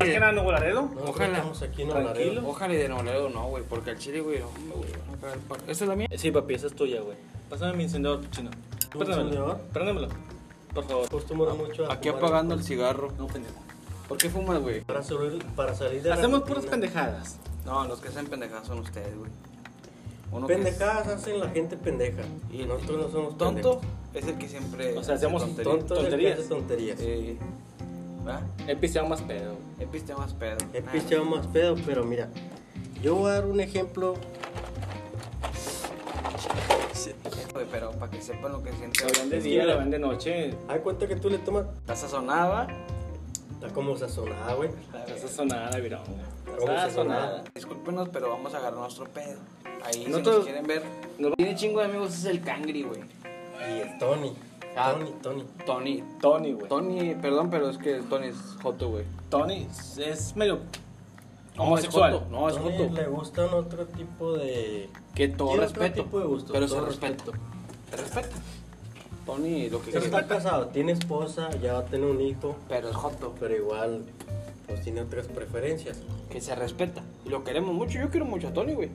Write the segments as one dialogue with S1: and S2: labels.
S1: ¿Más que nada Nuevo Laredo?
S2: No,
S3: Ojalá.
S2: Estamos aquí en
S1: Tranquilo.
S2: Laredo.
S3: Ojalá y de Nuevo Laredo no, güey, porque al chile, güey, no, güey, van a cagar el palo. ¿Esta es la mía?
S1: Eh, Sí, papi, esa es tuya, güey. Pásame mi encendedor, chino.
S2: ¿Tu
S1: Préndemelo.
S2: encendedor?
S1: Préndemelo. Por favor.
S2: Acostumbro mucho a
S3: Aquí
S2: fumar
S3: apagando el cigarro.
S1: No, pendejo.
S3: ¿Por qué fumas, güey?
S2: Para, salir- para salir de la
S1: Hacemos
S2: rutina.
S1: puras pendejadas.
S3: No, los que hacen pendejadas son ustedes, güey. Uno que es
S2: Pendejadas hacen la gente pendeja.
S3: Y-
S2: Y nosotros no somos
S3: Tonto es el que siempre.
S1: O sea, hacemos
S3: hace tonterías. Eh,
S2: pendejos. Tonto es el que
S1: Tonterías.
S2: hace tonterías.
S3: Sí. ¿Verdad?
S1: He pisteado más pedo.
S3: He pisteado más pedo.
S2: He pichado más pedo, pero mira, yo voy a dar un ejemplo.
S3: Güey, pero para que sepan lo que siente.
S1: Lo ven de
S2: Es que
S1: día,
S2: mira.
S1: lo ven de noche.
S2: Hay cuenta que tú le tomas.
S3: La sazonada.
S2: Está como sazonada, güey.
S1: Está sazonada, virón.
S2: ¿Cómo
S1: Está sazonada.
S2: sazonada?
S3: Discúlpenos, pero vamos a agarrar nuestro pedo. Ahí
S1: No
S3: si
S1: todo-
S3: nos quieren ver. Tiene chingo de amigos, es el Cangri, güey.
S2: Y el Tony.
S3: Ah.
S2: Tony, Tony.
S3: Tony.
S1: Tony, güey.
S3: Tony, perdón, pero es que Tony es joto, güey.
S1: Tony es medio
S3: No, es
S1: homosexual.
S3: joto. No, es
S2: Tony
S3: joto.
S2: le gustan otro tipo de.
S3: Que todo
S2: Tiene otro
S3: respeto.
S2: tipo de gusto,
S3: pero
S2: todo
S3: se respeto. Te respeta. Tony, lo que
S2: Pero
S3: quiera.
S2: está casado, tiene esposa, ya va a tener un hijo,
S3: Pero es joto.
S2: pero igual pues tiene otras preferencias.
S3: Que se respeta. Y lo queremos mucho. Yo quiero mucho a Tony, güey.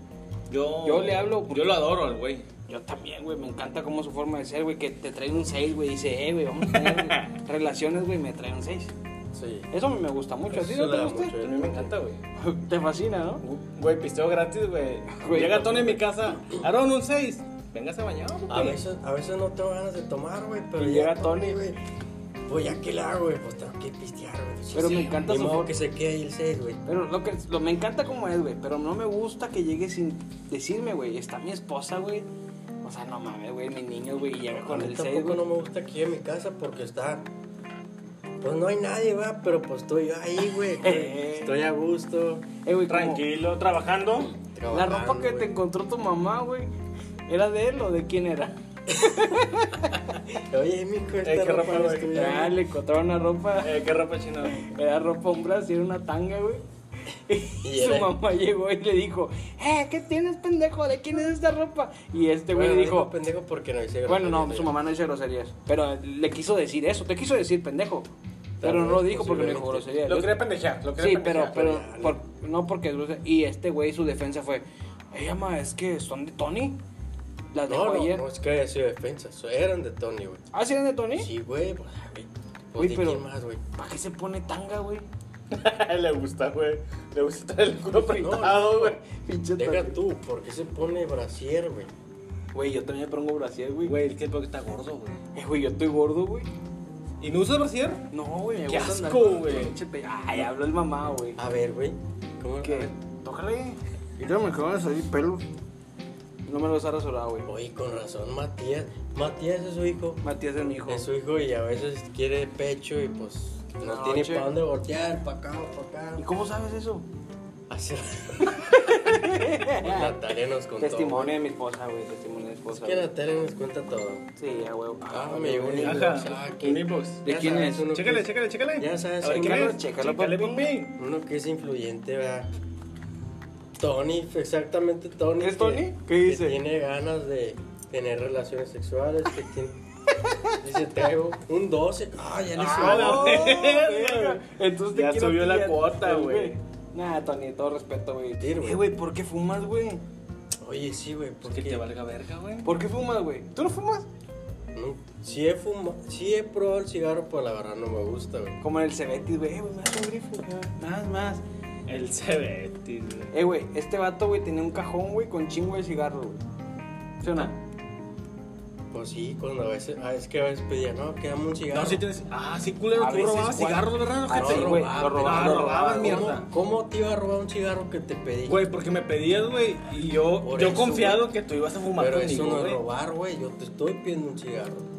S1: Yo,
S3: Yo le hablo porque-
S1: Yo lo adoro al güey.
S3: Yo también, güey. Me encanta cómo es su forma de ser, güey. Que te trae un 6, güey. Dice, eh, güey, vamos a tener relaciones, güey. Me trae un 6.
S2: Sí.
S3: Eso a mí me gusta mucho. ¿A ti
S2: Eso
S3: no te
S2: le da
S3: gusta?
S2: mucho,
S1: A mí me encanta, güey.
S3: Te fascina, ¿no?
S1: Uh, Güey, pisteo gratis, güey.
S3: Güey,
S1: Llega
S3: no,
S1: Tony a mi casa. Aaron, un 6. Véngase bañado.
S2: A veces, a veces no tengo ganas de tomar, güey, pero
S3: Y
S2: ya
S3: llega Tony.
S2: güey. Pues ya que le hago, güey, pues tengo que pistear, güey.
S3: Pero me encanta
S2: Ni
S3: su
S2: modo
S3: forma.
S2: que se quede ahí el 6, güey.
S3: Pero lo que lo, me encanta como es, güey. Pero no me gusta que llegue sin decirme, güey. Está mi esposa, güey. O sea, no mames, güey. Mi niño, güey. Y llega
S2: A
S3: con
S2: mí
S3: el 6,
S2: tampoco
S3: güey.
S2: no me gusta aquí en mi casa porque está. Pues no hay nadie, va, pero pues estoy ahí, güey. estoy a gusto.
S3: Eh, güey, como-
S1: Tranquilo, trabajando.
S3: La
S2: trabajando,
S3: ropa que te
S2: güey.
S3: encontró tu mamá, güey. ¿Era de él o de quién era?
S2: Oye, mijo, esta
S1: Eh, qué ropa,
S2: ropa no
S1: güey.
S2: es tuya.
S3: Ya, ah, le encontraron una ropa.
S1: Eh, qué ropa china.
S3: Era ropa un brazo y era una tanga, güey. Y
S2: Y
S3: su
S2: era-
S3: mamá llegó y le dijo, eh, ¿qué tienes, pendejo? ¿De quién es esta ropa? Y este güey
S2: Bueno,
S3: le
S2: dijo
S3: dijo,
S2: pendejo porque no hice
S3: bueno, no,
S2: groserías,
S3: su
S2: güey.
S3: mamá no dice groserías. Pero le quiso decir eso, te quiso decir, pendejo. Pero no lo dijo porque no dijo groserías.
S1: Lo quería pendejear. Lo quería
S3: Sí, pero,
S1: pendejear.
S3: pero
S2: Dale.
S3: por- no porque es grosero. Y este güey, su defensa fue, ella, ma, es que son de Tony. Las dejó
S2: No, no,
S3: ayer.
S2: no, es que haya sido defensa. so- Eran de Tony, güey.
S3: ¿Ah, sí eran de Tony?
S2: Sí, güey. Pues, ay, güey.
S3: Güey,
S2: Pues, ¿de
S3: pero-
S2: quién más, güey?
S3: ¿Para qué se pone tanga, güey?
S1: le gusta, güey. Le gusta traer el culo
S2: no.
S1: apretado, güey.
S3: Pinche
S2: Deja
S3: tanga.
S2: tú, ¿por qué se pone brasier, güey?
S3: Güey, yo también me pongo brasier, güey.
S1: Güey, el que porque está gordo, güey.
S3: Eh, güey, yo estoy gordo, güey.
S1: ¿Y no usas brasier?
S3: No, güey, me
S1: Qué
S3: gusta andar
S1: asco,
S3: con
S1: güey.
S3: pinche pe- Ay, habló el mamá, güey.
S2: A ver, güey. Ah, ¿Cómo que?
S3: ¿Qué? Tócale. Y luego me acaban de salir pelos. No me los ha rasurado, güey.
S2: Oye, con razón, Matías. Matías es su hijo.
S3: Matías es mi hijo.
S2: Es su hijo y a veces quiere pecho y pues no,
S3: No,
S2: tiene
S3: che.
S2: para dónde voltear, para acá, para
S3: ¿Y
S2: acá.
S3: cómo sabes eso?
S2: Así. Pues, Natalia nos contó.
S3: Testimonio de mi esposa, güey. Testimonio de mi
S2: güey. Es
S3: esposa.
S2: que
S3: güey.
S2: Natalia nos cuenta todo.
S3: Sí, ya, güey.
S2: Ah, me llegó un inbox. Ah,
S1: Ajá.
S2: aquí.
S1: Un inbox.
S3: ¿De
S2: Ya
S3: quién
S2: sabes,
S3: es?
S2: uno que
S1: Chécale, chécale, chécale.
S2: Ya sabes,
S1: a ver, ¿qué
S2: chécalo,
S1: es?
S3: chécalo,
S1: Chécale,
S3: papi.
S1: papi.
S2: Uno que es influyente, ¿verdad? Tony, exactamente Tony.
S3: ¿Es
S2: que-
S3: Tony? ¿Qué
S2: que
S3: dice?
S2: tiene ganas de tener relaciones sexuales, que tiene... Dice, traigo un 12. Ah, ya le
S1: Ah,
S2: subió.
S1: la verga.
S3: Entonces
S1: Ya
S3: quiero
S1: subió la
S3: pillar,
S1: cuota,
S3: sí,
S1: güey.
S3: Nah, Tony, todo respeto, güey.
S2: Sí, güey.
S3: Eh, güey, ¿por qué fumas, güey?
S2: Oye, sí, güey,
S1: Pues
S2: porque
S1: que te valga verga, güey.
S3: ¿Por qué fumas, güey? ¿Tú no fumas?
S2: no, sí, he fuma, sí he probado el cigarro, pero la verdad no me gusta, güey.
S3: Como en el Cebetis, güey. Eh, güey, me das un grifo. güey. Nada más.
S1: El Cebetis, güey.
S3: Eh, güey, este vato, güey, tenía un cajón, güey, con chingo de cigarro, güey. ¿Sí o no?
S2: Pues sí, cuando a veces, a veces que a veces pedía, no, que dame un cigarro.
S1: No, si tienes. Ah, sí, culero,
S3: A
S1: tú
S3: veces,
S1: robabas
S3: ¿cuál?
S1: cigarros, ¿verdad?
S3: Ah,
S1: ojete?
S3: sí, güey, lo robaba,
S1: Ah,
S3: lo
S1: robabas,
S3: robaba.
S1: mierda.
S2: ¿Cómo, ¿Cómo te iba a robar un cigarro que te pedí?
S1: Güey, porque me pedías, güey, y yo,
S2: Por
S1: yo
S2: eso,
S1: confiado
S2: güey.
S1: que tú ibas a fumar
S2: pero eso
S1: conmigo,
S2: no es
S1: güey.
S2: robar, güey. Yo te estoy pidiendo un cigarro.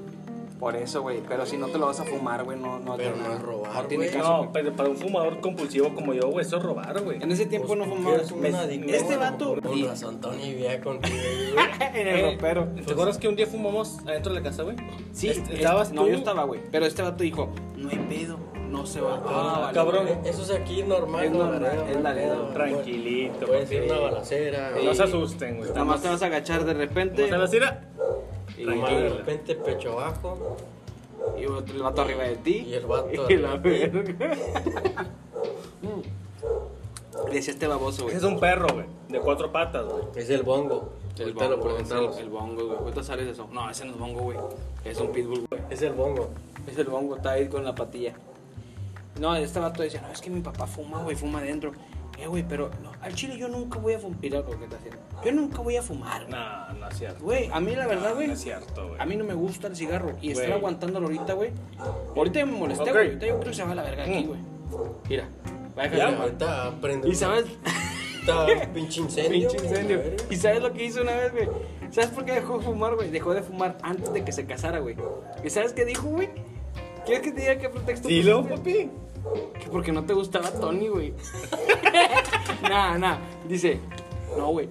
S3: Por eso, güey. Pero si no te lo vas a fumar, güey, no, no
S2: Pero
S3: te-
S2: no es robar,
S3: No tiene
S2: güey.
S3: caso. güey.
S1: No, pero para un fumador compulsivo como yo, güey, eso es robar, güey.
S3: En ese tiempo
S2: Pues,
S3: no
S2: tú
S3: fumaba.
S2: eres un
S3: Me-
S2: adicto,
S3: Este
S2: a lo
S3: vato.
S2: mejor Con
S3: y-
S2: razón, Tony vivía contigo, güey.
S3: en el ropero.
S1: Eh, ¿Te acuerdas que un día fumamos adentro de la casa, güey?
S3: Sí,
S1: Est-
S3: es-
S1: estabas
S3: No,
S1: tú.
S3: yo estaba, güey. Pero este vato dijo: No hay pedo, no se va a
S2: Ah,
S3: vale,
S1: cabrón.
S3: güey.
S2: Eso es aquí normal.
S3: Es
S2: ¿no?
S3: normal,
S2: Laredo,
S3: es
S2: ¿no?
S3: Laredo.
S1: Tranquilito,
S2: Puede ser
S1: papi.
S2: una balacera.
S1: No
S2: güey.
S1: se asusten, güey.
S3: Nada más te vas a agachar de repente.
S1: ¿Cómo se la tira?
S3: Y,
S2: Nomás de
S1: Tranquilo.
S2: repente pecho abajo
S3: y otro- el vato arriba de ti.
S2: y el vato.
S3: Y la verga. decía este baboso, güey.
S1: Ese es un perro, güey. De cuatro patas, güey.
S2: Es el bongo. Ahorita lo
S3: es el,
S2: preguntamos.
S3: el bongo, güey. ¿Cuánto sale eso? No, ese no es bongo, güey. Es un pitbull, güey.
S2: Es el bongo.
S3: Es el bongo, está ahí con la patilla. No, este vato dice, no, es que mi papá fuma, güey, fuma adentro. Eh, güey, pero no, al chile yo nunca voy a fumar. Mira lo que está haciendo. Yo nunca voy a fumar, güey.
S1: No, no es cierto.
S3: Güey, a mí la verdad, güey.
S1: No es cierto, güey.
S3: A mí no me gusta el cigarro y estar
S1: Güey.
S3: aguantándolo ahorita, güey. Ahorita me molesté, güey.
S1: Ok.
S3: Ahorita yo creo que se va a la verga aquí,
S1: Mm.
S3: güey. Mira, va a
S1: Ya,
S3: dejar de fumar.
S2: Ahorita aprendo.
S3: Y sabes,
S2: Ahorita pinche incendio.
S3: pinche incendio. Y sabes lo que hizo una vez, güey. ¿Sabes por qué dejó de fumar, güey? Dejó de fumar antes de que se casara, güey. ¿Y sabes qué dijo, güey? ¿Quieres que te diga qué pretexto?
S1: Dilo,
S3: pusiste?
S1: papi.
S3: Que porque no te gustaba Tony, güey. nah, nah. Dice, no, güey.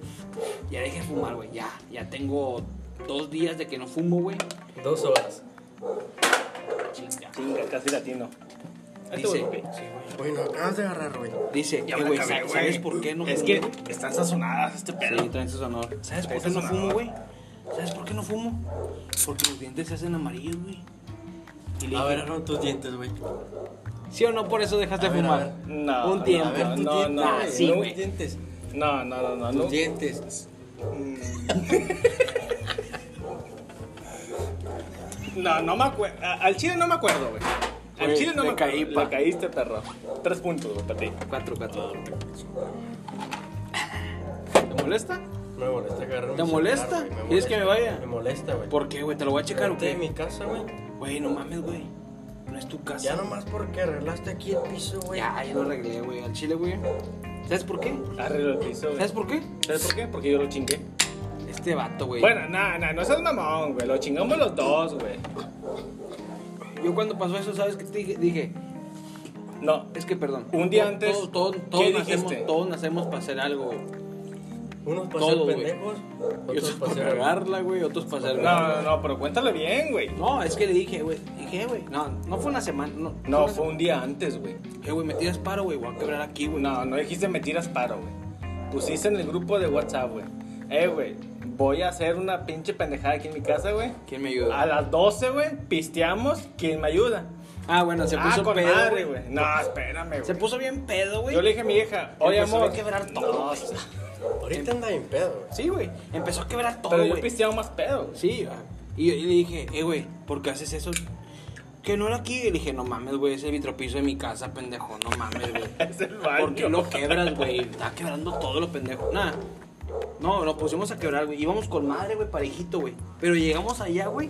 S3: Ya dejé de fumar, güey. Ya, ya tengo dos días de que no fumo, güey.
S2: Dos horas.
S3: Chinga.
S1: Chinga, casi latino. Ahí te voy,
S3: Dice,
S1: Este papi.
S2: Bueno, acabas de agarrar, güey.
S3: dice,
S1: Ya
S3: eh,
S1: me
S3: güey,
S1: la acabé,
S3: ¿sabes,
S1: güey.
S3: por qué no
S1: Es que están sazonadas este pedo.
S3: Sí, traen su sonor. ¿Sabes por qué
S1: Traen
S3: no
S1: su
S3: fumo,
S1: sonor.
S3: güey? ¿Sabes por qué no fumo? Porque los dientes se hacen amarillos, güey. Y le
S2: A
S3: dije,
S2: ver, no tus dientes, güey.
S3: ¿sí o no por eso dejaste
S2: a
S3: de
S2: ver,
S3: fumar?
S2: a ver.
S1: No,
S3: Un
S1: no,
S3: tiempo. Ah,
S2: A ver, tus
S1: No,
S2: dientes.
S1: no,
S2: Ah, güey.
S3: sí,
S2: Tus
S3: güey.
S2: dientes.
S1: No, no, no, no.
S2: Tus
S1: no.
S2: dientes.
S1: No, no me acuerdo. Al chile no me acuerdo, güey. Al
S3: Güey,
S1: chile no
S3: le
S1: me acuerdo.
S3: caí,
S1: Le
S3: pa.
S1: caíste, perro. Tres puntos, güey, para ti.
S3: Cuatro, cuatro. ¿Te molesta?
S2: Me molesta agarrar. mi celular,
S3: ¿Te molesta?
S2: güey, me
S3: ¿Quieres que me vaya?
S2: Me molesta, güey.
S3: ¿Por qué, güey? ¿Te lo voy a checar o
S2: Vente de
S3: qué?
S2: mi casa, güey.
S3: Güey, no mames, güey. No es tu casa.
S2: Ya nomás porque arreglaste aquí el piso, güey.
S3: Ya, ya lo arreglé, güey. Al chile, güey. ¿Sabes por qué?
S1: Arreglo el piso, güey.
S3: ¿Sabes por qué?
S1: ¿Sabes por qué? Porque yo lo chingué.
S3: Este vato, güey.
S1: Bueno, nada, nada, no seas mamón, güey. Lo chingamos los dos, güey.
S3: Yo cuando pasó eso, ¿sabes qué te dije? dije?
S1: No.
S3: Es que, perdón.
S1: Un día
S3: To-
S1: antes,
S3: Todos, todos,
S1: ¿qué
S3: todos nacemos,
S1: dijiste?
S3: todos nacemos para hacer algo.
S2: Unos para
S3: Todo,
S2: ser
S3: güey.
S2: pendejos,
S3: Y
S2: otros
S3: otros
S2: para
S3: para
S2: ser
S3: cagarla, güey. Otros para hacer.
S1: No, no, no, pero cuéntalo bien, güey.
S3: No, es que le dije, güey. Dije, güey. No, no fue una semana. No,
S1: No,
S3: una
S1: fue un día antes, güey.
S3: semana. Eh, güey, me tiras paro, güey. Voy a quebrar aquí, güey.
S1: No, no dijiste me tiras paro, güey. Pusiste en el grupo de WhatsApp, güey. Eh, güey, voy a hacer una pinche pendejada aquí en mi casa, güey.
S3: ¿Quién me
S1: A
S3: ayuda?
S1: las 12, güey, pisteamos. ¿Quién me ayuda?
S3: Ah, bueno, se
S1: ah,
S3: puso
S1: con
S3: pedo.
S1: madre,
S3: güey.
S1: güey. No, espérame,
S3: Se
S1: güey.
S3: puso bien pedo, güey.
S1: Yo le dije a mi hija, oye,
S3: Empezó a
S1: amor.
S3: quebrar todo,
S1: No,
S3: güey.
S1: sí,
S2: Ahorita anda bien pedo, güey.
S3: Sí, güey. Empezó a quebrar todo,
S1: pero yo
S3: güey.
S1: he pisteado más pedo, güey.
S3: Sí, ah, y, y le dije, eh, güey, ¿por qué haces eso? Que no era aquí. Y le dije, no mames, güey, ese vitropiso de mi casa, pendejo, no mames, güey.
S1: Es el baño.
S3: ¿Por qué lo quebras, güey? Está quebrando todo lo pendejo. Nada. No, nos pusimos a quebrar, güey. Íbamos con madre, güey, parejito, güey. Pero llegamos allá, güey.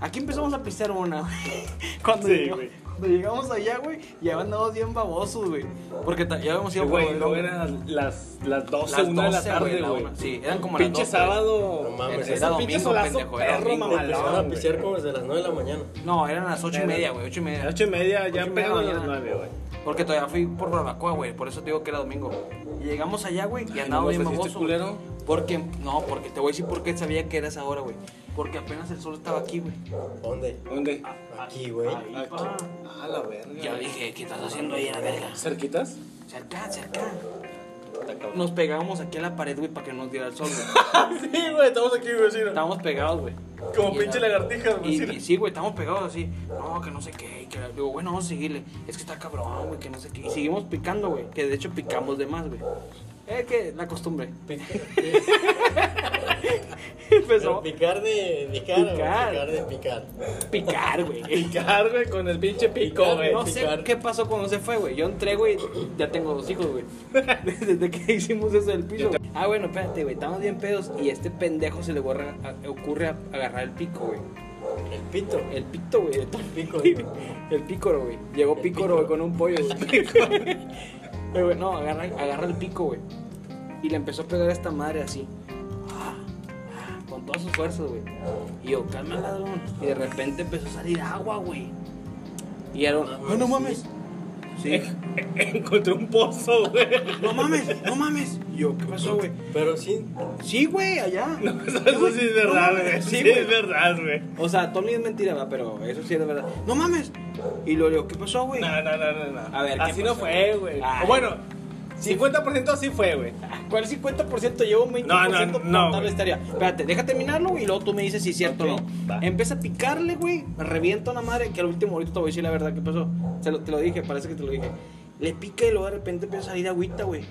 S3: Aquí empezamos a pistear una, güey. Cuando,
S1: Sí,
S3: llegamos,
S1: güey.
S3: cuando llegamos allá, güey, ya andamos bien babosos, güey. Porque ta- ya habíamos ido por
S1: Güey,
S3: el-
S1: luego eran las, las 12,
S3: Las
S1: una de la
S3: 12,
S1: tarde,
S3: güey, la
S1: güey.
S3: una. Sí, eran como las
S1: Pinche
S3: 12,
S1: sábado.
S2: No mames,
S1: ese
S3: era
S1: pinche
S3: domingo,
S1: solazo
S3: pendejo, era
S1: perro
S3: domingo,
S1: mamalón,
S2: Empezaron a
S1: güey.
S2: pisear como desde las 9 de la mañana.
S3: No, eran las ocho y
S1: Era-
S3: media, güey, ocho y media.
S1: Ocho y media, ya
S3: Ocho y media
S1: empezamos a las
S3: mañana.
S1: nueve, güey.
S3: Porque todavía fui por barbacoa, güey. Por eso te digo que era domingo. Y llegamos allá, güey. Y andaba
S1: ¿no
S3: bien
S1: ofreciste
S3: baboso.
S1: culero?
S3: Porque, no, porque te voy a decir por qué sabía que eras ahora, güey. Porque apenas el sol estaba aquí, güey.
S2: ¿Dónde?
S1: ¿Dónde?
S2: Aquí, güey.
S3: Ahí, pa.
S1: Ah, la verga.
S3: Yo dije, ¿qué estás haciendo ahí en la verga?
S1: ¿Cerquitas?
S3: Cerca, cerca.
S1: Está cabrón.
S3: Nos pegábamos aquí a la pared, güey, para que no nos diera el sol, güey.
S1: Ah, sí, güey, estamos aquí, güey, sí, ¿no?
S3: Estábamos pegados, güey.
S1: Como
S3: Y
S1: pinche
S3: era-
S1: lagartija, güey.
S3: Y,
S1: sí,
S3: y sí, güey, estamos pegados así. No, que no sé qué. y que, digo, bueno, vamos a seguirle. Es que está cabrón, güey, que no sé qué. Y seguimos picando, güey. Que de hecho picamos de más, güey. Es que la costumbre.
S2: Pero
S3: Empezó
S2: picar de de cara, güey, picar
S3: Picar.
S2: de picar.
S3: a picar, güey.
S1: Picar, güey, con el pinche pico, güey.
S3: No sé
S2: picar.
S3: qué pasó cuando se fue, güey. Yo entré, güey. Ya tengo dos hijos, güey. Desde que hicimos eso del piso. güey. Ah, bueno, espérate, güey. Estamos bien pedos. Y a este pendejo se le borra- a- ocurre a- agarrar el pico, güey.
S2: El pito.
S3: El pito, güey. El
S2: pico,
S3: El pícoro, güey. Llegó
S2: El
S3: pícoro, güey,
S2: pícoro.
S3: con un pollo, güey. Eh, güey, no, agarra, agarra el pico, güey. Y le empezó a pegar a esta madre así. Ah, ah, Con todas sus fuerzas, güey. Y yo, calma, ladrón. Y de repente empezó a salir agua, güey. Y era un, "Ah, no mames. Sí.
S1: Encontré un pozo, güey.
S3: No mames, no mames. Y yo, ¿qué pasó, güey? pues,
S2: Pero sí,
S3: Sí, güey, allá.
S1: No, pues, eso sí es verdad, güey. Sí, es verdad, güey.
S3: O sea, Tommy es mentira, ¿verdad? Pero eso sí es verdad. No mames. Y luego le digo, ¿qué pasó, güey?
S1: No, no, no, no, no.
S3: A ver, ¿qué
S1: así no
S3: pasó?
S1: fue, güey.
S3: Ay.
S1: O bueno, 50% así fue, güey.
S3: ¿Cuál 50%? Llevo un 20%
S1: No, no, no,
S3: contando
S1: güey.
S3: esta área. Espérate, deja terminarlo güey, y luego tú me dices si es cierto
S1: Ok,
S3: o no.
S1: va.
S3: Empieza a picarle, güey. Revienta una madre que al último ahorita te voy a decir la verdad que pasó. Se lo- te lo dije, parece que te lo dije. Le pica y luego de repente empieza a salir agüita, güey.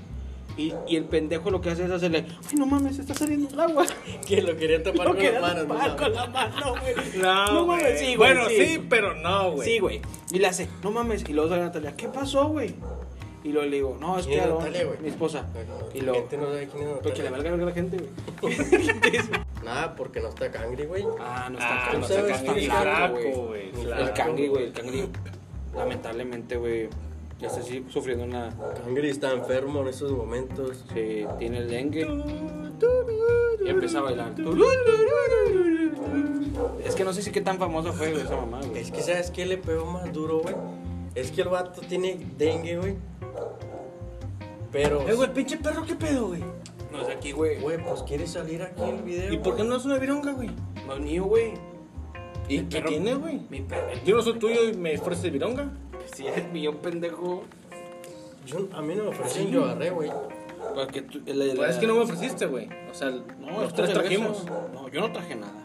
S3: Y, y el pendejo lo que hace es hacerle, ay, no mames, se está saliendo el agua.
S2: Que lo querían tapar
S3: Lo
S2: con
S3: que
S2: las manos, ¿no?
S3: tapaba con la mano, güey.
S1: No,
S3: mames,
S1: güey.
S3: sí, güey,
S1: Bueno,
S3: sí.
S1: sí, pero no, güey.
S3: Sí, güey. Y le hace, no mames. Y luego sale Natalia, ¿qué pasó, güey? Y luego le digo, no, es que
S2: ¿Quién es
S3: Aarón,
S2: Natalia, güey?
S3: mi esposa. Y
S2: La
S3: luego,
S2: gente no sabe quién es
S3: pues que le
S2: Natalia.
S3: valga verga a la gente, güey.
S2: Nada, porque no está cangri, güey.
S3: Ah, no está
S1: Ah,
S3: acá,
S1: no
S3: no
S1: se
S2: sabes
S3: está acá,
S1: cambia.
S2: quién es
S3: está acá,
S1: Flaco,
S3: güey.
S1: güey.
S3: El
S2: Flaco,
S3: cangri, güey,
S2: güey.
S3: el cangri. Lamentablemente, güey, ya está así sufriendo una.
S2: Cangri está enfermo en esos momentos.
S3: Se tiene el dengue. Y empieza a bailar. Es que no sé si qué tan famosa fue güey, esa mamá, güey.
S2: Es que, ¿sabes qué le pegó más duro, güey? Es que el vato tiene dengue, güey. Pero,
S1: Eh, güey, pinche perro, ¿qué pedo, güey?
S3: No es de aquí, güey.
S2: güey, pues quiere salir aquí el video.
S1: ¿Y por qué no es una vironga, güey?
S3: No es mío, güey.
S1: ¿Y
S3: El
S1: qué
S3: perro-
S1: tiene, güey?
S3: Mi perro.
S1: Yo no soy tuyo y me ofreces vironga.
S3: Si eres mío, pendejo.
S2: Yo- a mí no me ofrecen, yo agarré, güey.
S3: Para que tú- la- la-
S1: Pues es que no me ofreciste, güey. O sea,
S3: No,
S1: los
S3: es
S1: tres
S3: tu cerveza.
S1: trajimos.
S3: No, yo no traje nada.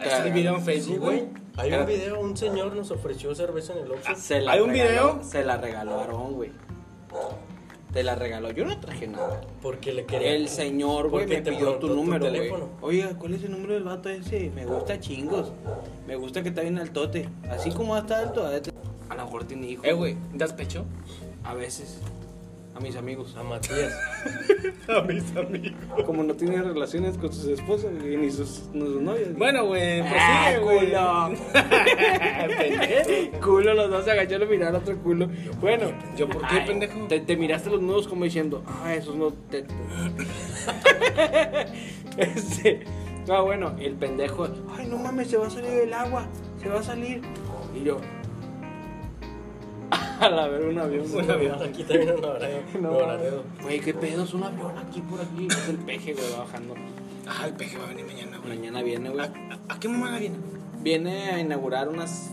S1: Está el video en Facebook, güey.
S2: Hay
S1: Era-
S2: un video, un señor nos ofreció cerveza en el Oxxo.
S3: Se
S1: ¿Hay un
S3: regaló-
S1: video?
S3: Se la regaló Aarón, güey. Te la regaló. Yo no traje nada.
S2: Porque le quería.
S3: El señor, güey,
S2: Porque
S3: me
S2: te
S3: pidió
S2: preguntó
S3: tu
S2: tu
S3: número, güey.
S2: teléfono.
S3: Oye, ¿cuál es el número del vato ese? Me gusta chingos. Me gusta que está bien altote. Así como está alto, a veces- a lo mejor tiene hijos.
S1: Eh, güey, ¿das pecho?
S3: A veces. A mis amigos.
S2: A Matías.
S1: A mis amigos.
S3: Como no tiene relaciones con sus esposas y ni sus, ni sus novias. güey.
S1: Bueno, güey,
S3: Ah,
S1: prosigue, güey. Pendejo.
S3: culo, los dos se agachó, lo miraron otro culo. Bueno,
S1: ¿Yo por qué, pendejo?
S3: Te, te miraste los nudos como diciendo, ah, esos no te. este. No, bueno, el pendejo, ay, no mames, se va a salir del agua, se va a salir. Y yo, a la ver, un avión.
S1: Un avión.
S2: Aquí también un abrazo.
S3: No,
S2: No, Laredo.
S3: güey, qué pedo, es un avión aquí por aquí. Es el peje, güey, va bajando.
S1: Ah, el peje va a venir mañana, güey.
S3: Mañana viene, güey.
S1: ¿A- ¿A, a qué mamada viene?
S3: Viene a inaugurar unas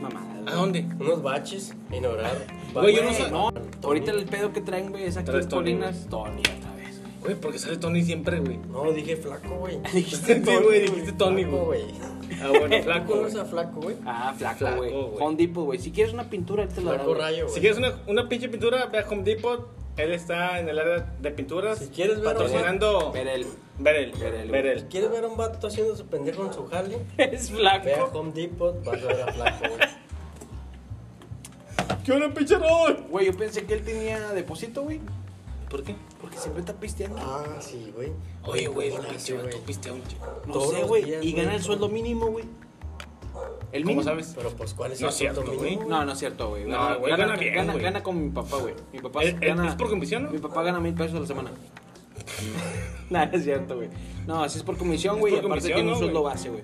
S3: mamadas.
S1: ¿A
S3: güey.
S1: dónde?
S2: Unos baches, ignorar.
S1: Güey, yo no
S3: Güey,
S1: sé-
S3: no, ahorita el pedo que traen, güey, es aquí
S1: Traes
S3: en
S1: Tony, güey.
S3: Colinas. Tony otra vez, güey.
S1: Güey, porque sale Tony siempre, güey.
S2: No, dije flaco, güey.
S1: Sí, güey, dijiste Tony,
S2: Flaco,
S1: güey.
S2: güey.
S1: Ah, bueno, flaco,
S2: ¿Cómo
S1: güey.
S2: es a flaco, güey?
S3: Ah, flaco,
S1: Flaco,
S3: güey.
S1: güey.
S3: Home Depot, güey. Si quieres una pintura, él te la da.
S2: Flaco
S3: güey.
S2: rayo, güey.
S1: Si quieres una, una pinche pintura, ve a Home Depot. Él está en el área de pinturas.
S2: Si quieres ver
S1: patrocinando.
S3: Pero él
S1: Verel.
S3: Verel,
S1: Verel.
S3: güey.
S2: ¿Quieres ver a un vato haciendo su pendejo en su jale?
S3: es
S2: Ve a
S3: flaco.
S2: Home Depot, vas a ver a flaco, güey.
S1: ¿Qué onda, pinche Rod?
S3: Güey, yo pensé que él tenía depósito, güey.
S1: ¿Por qué?
S3: Porque siempre está pisteando.
S2: Ah, sí, güey.
S1: Oye, güey, el
S2: Ah, sí,
S1: pinche
S2: güey.
S1: vato pistea un chico.
S3: No
S2: Todos
S3: sé,
S2: los
S3: güey.
S2: días,
S3: Y
S2: güey.
S3: gana el sueldo mínimo, güey. ¿El
S1: ¿Cómo
S3: mínimo?
S1: sabes?
S2: Pero pues, ¿cuál es
S1: No
S2: el
S1: es cierto,
S2: punto
S1: güey.
S2: mínimo?
S3: No, no es cierto, güey.
S1: No, güey, gana bien,
S3: gana,
S1: güey.
S3: gana con mi papá, güey. Mi papá
S1: ¿Es- es-
S3: gana.
S1: es por comisión, no?
S3: Mi papá gana mil pesos a la semana. no, no es cierto, güey. No, así es por comisión, güey. Y
S1: por
S3: aparte
S1: comisión,
S3: tiene un
S1: ¿no,
S3: sueldo
S1: güey?
S3: base, güey.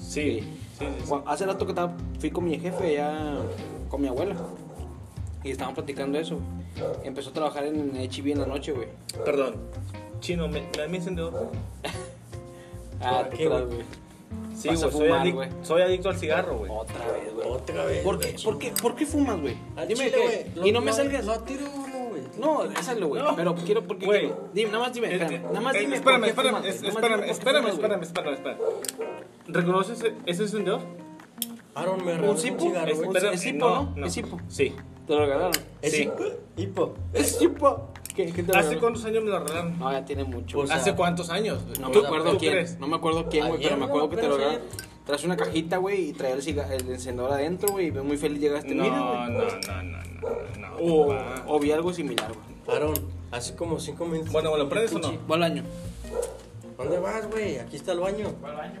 S1: Sí. Sí, sí, sí.
S3: Cu- Hace rato que estaba, fui con mi jefe allá con mi abuela. Y estaban platicando eso, güey. Empezó a trabajar en HB en la noche, güey.
S1: Perdón. Chino, ¿me, me da mi encendedor?
S3: Ah,
S2: ¿Para
S3: tú
S2: qué,
S3: otra
S2: güey?
S3: vez,
S1: Sí, güey,
S3: Vas a
S1: soy,
S3: fumar,
S1: adic-
S3: güey.
S1: soy adicto al cigarro, güey.
S3: güey. Otra vez, güey.
S2: Otra vez.
S3: ¿Por qué, ¿Por qué, por qué fumas, güey?
S2: Al
S3: Dime
S2: chile,
S3: que.
S2: güey,
S3: Y
S2: lo-
S3: no me
S2: lo-
S3: salgas.
S2: Lo tiro uno, güey.
S3: No, déjalo, güey.
S1: No.
S3: Pero quiero porque.
S1: Güey.
S3: quiero- Dime, nada más dime.
S1: Este,
S3: Espérame, nada más
S1: eh,
S3: dime.
S1: espérame,
S3: por qué
S1: espérame,
S3: fumas,
S1: es-
S3: güey. Nada más
S1: espérame,
S3: dime por qué
S1: espérame,
S3: fumas, güey.
S1: espérame, espérame, espérame. ¿Reconoces ese- ese encendedor?
S2: Aaron me regaló un
S3: cipo?
S2: cigarro, güey.
S1: Espera-
S3: es hipo, ¿no? Es hipo.
S1: Sí.
S3: Te lo regalaron.
S2: ¿Es
S1: Este, Sí.
S2: hipo? Hipo.
S3: Es tipo. ¿Qué, qué
S1: ¿Hace
S3: te regalaron?
S1: cuántos años me lo regalaron?
S3: No, ya tiene mucho.
S2: Pues,
S3: güey.
S2: sea,
S1: ¿Hace cuántos años? güey?
S3: No
S1: ¿Tú-
S3: me acuerdo
S1: tú
S3: quién,
S1: crees?
S3: no me acuerdo quién, güey, pero
S2: Ayer,
S3: me acuerdo que
S2: güey,
S3: te lo
S2: apenas
S3: regalaron. Traes una cajita, güey, y traía el, ciga- el encendedor adentro, güey, y muy feliz llegaste.
S1: No,
S3: Mira,
S1: no,
S3: güey.
S1: no, no, no, no.
S3: O,
S1: papá.
S3: o vi algo similar, güey.
S2: Aaron, hace como cinco minutos.
S1: Bueno, ¿me lo prendes o no?
S3: Va al año.
S2: ¿Dónde vas, güey? Aquí está el baño. ¿Cuál baño,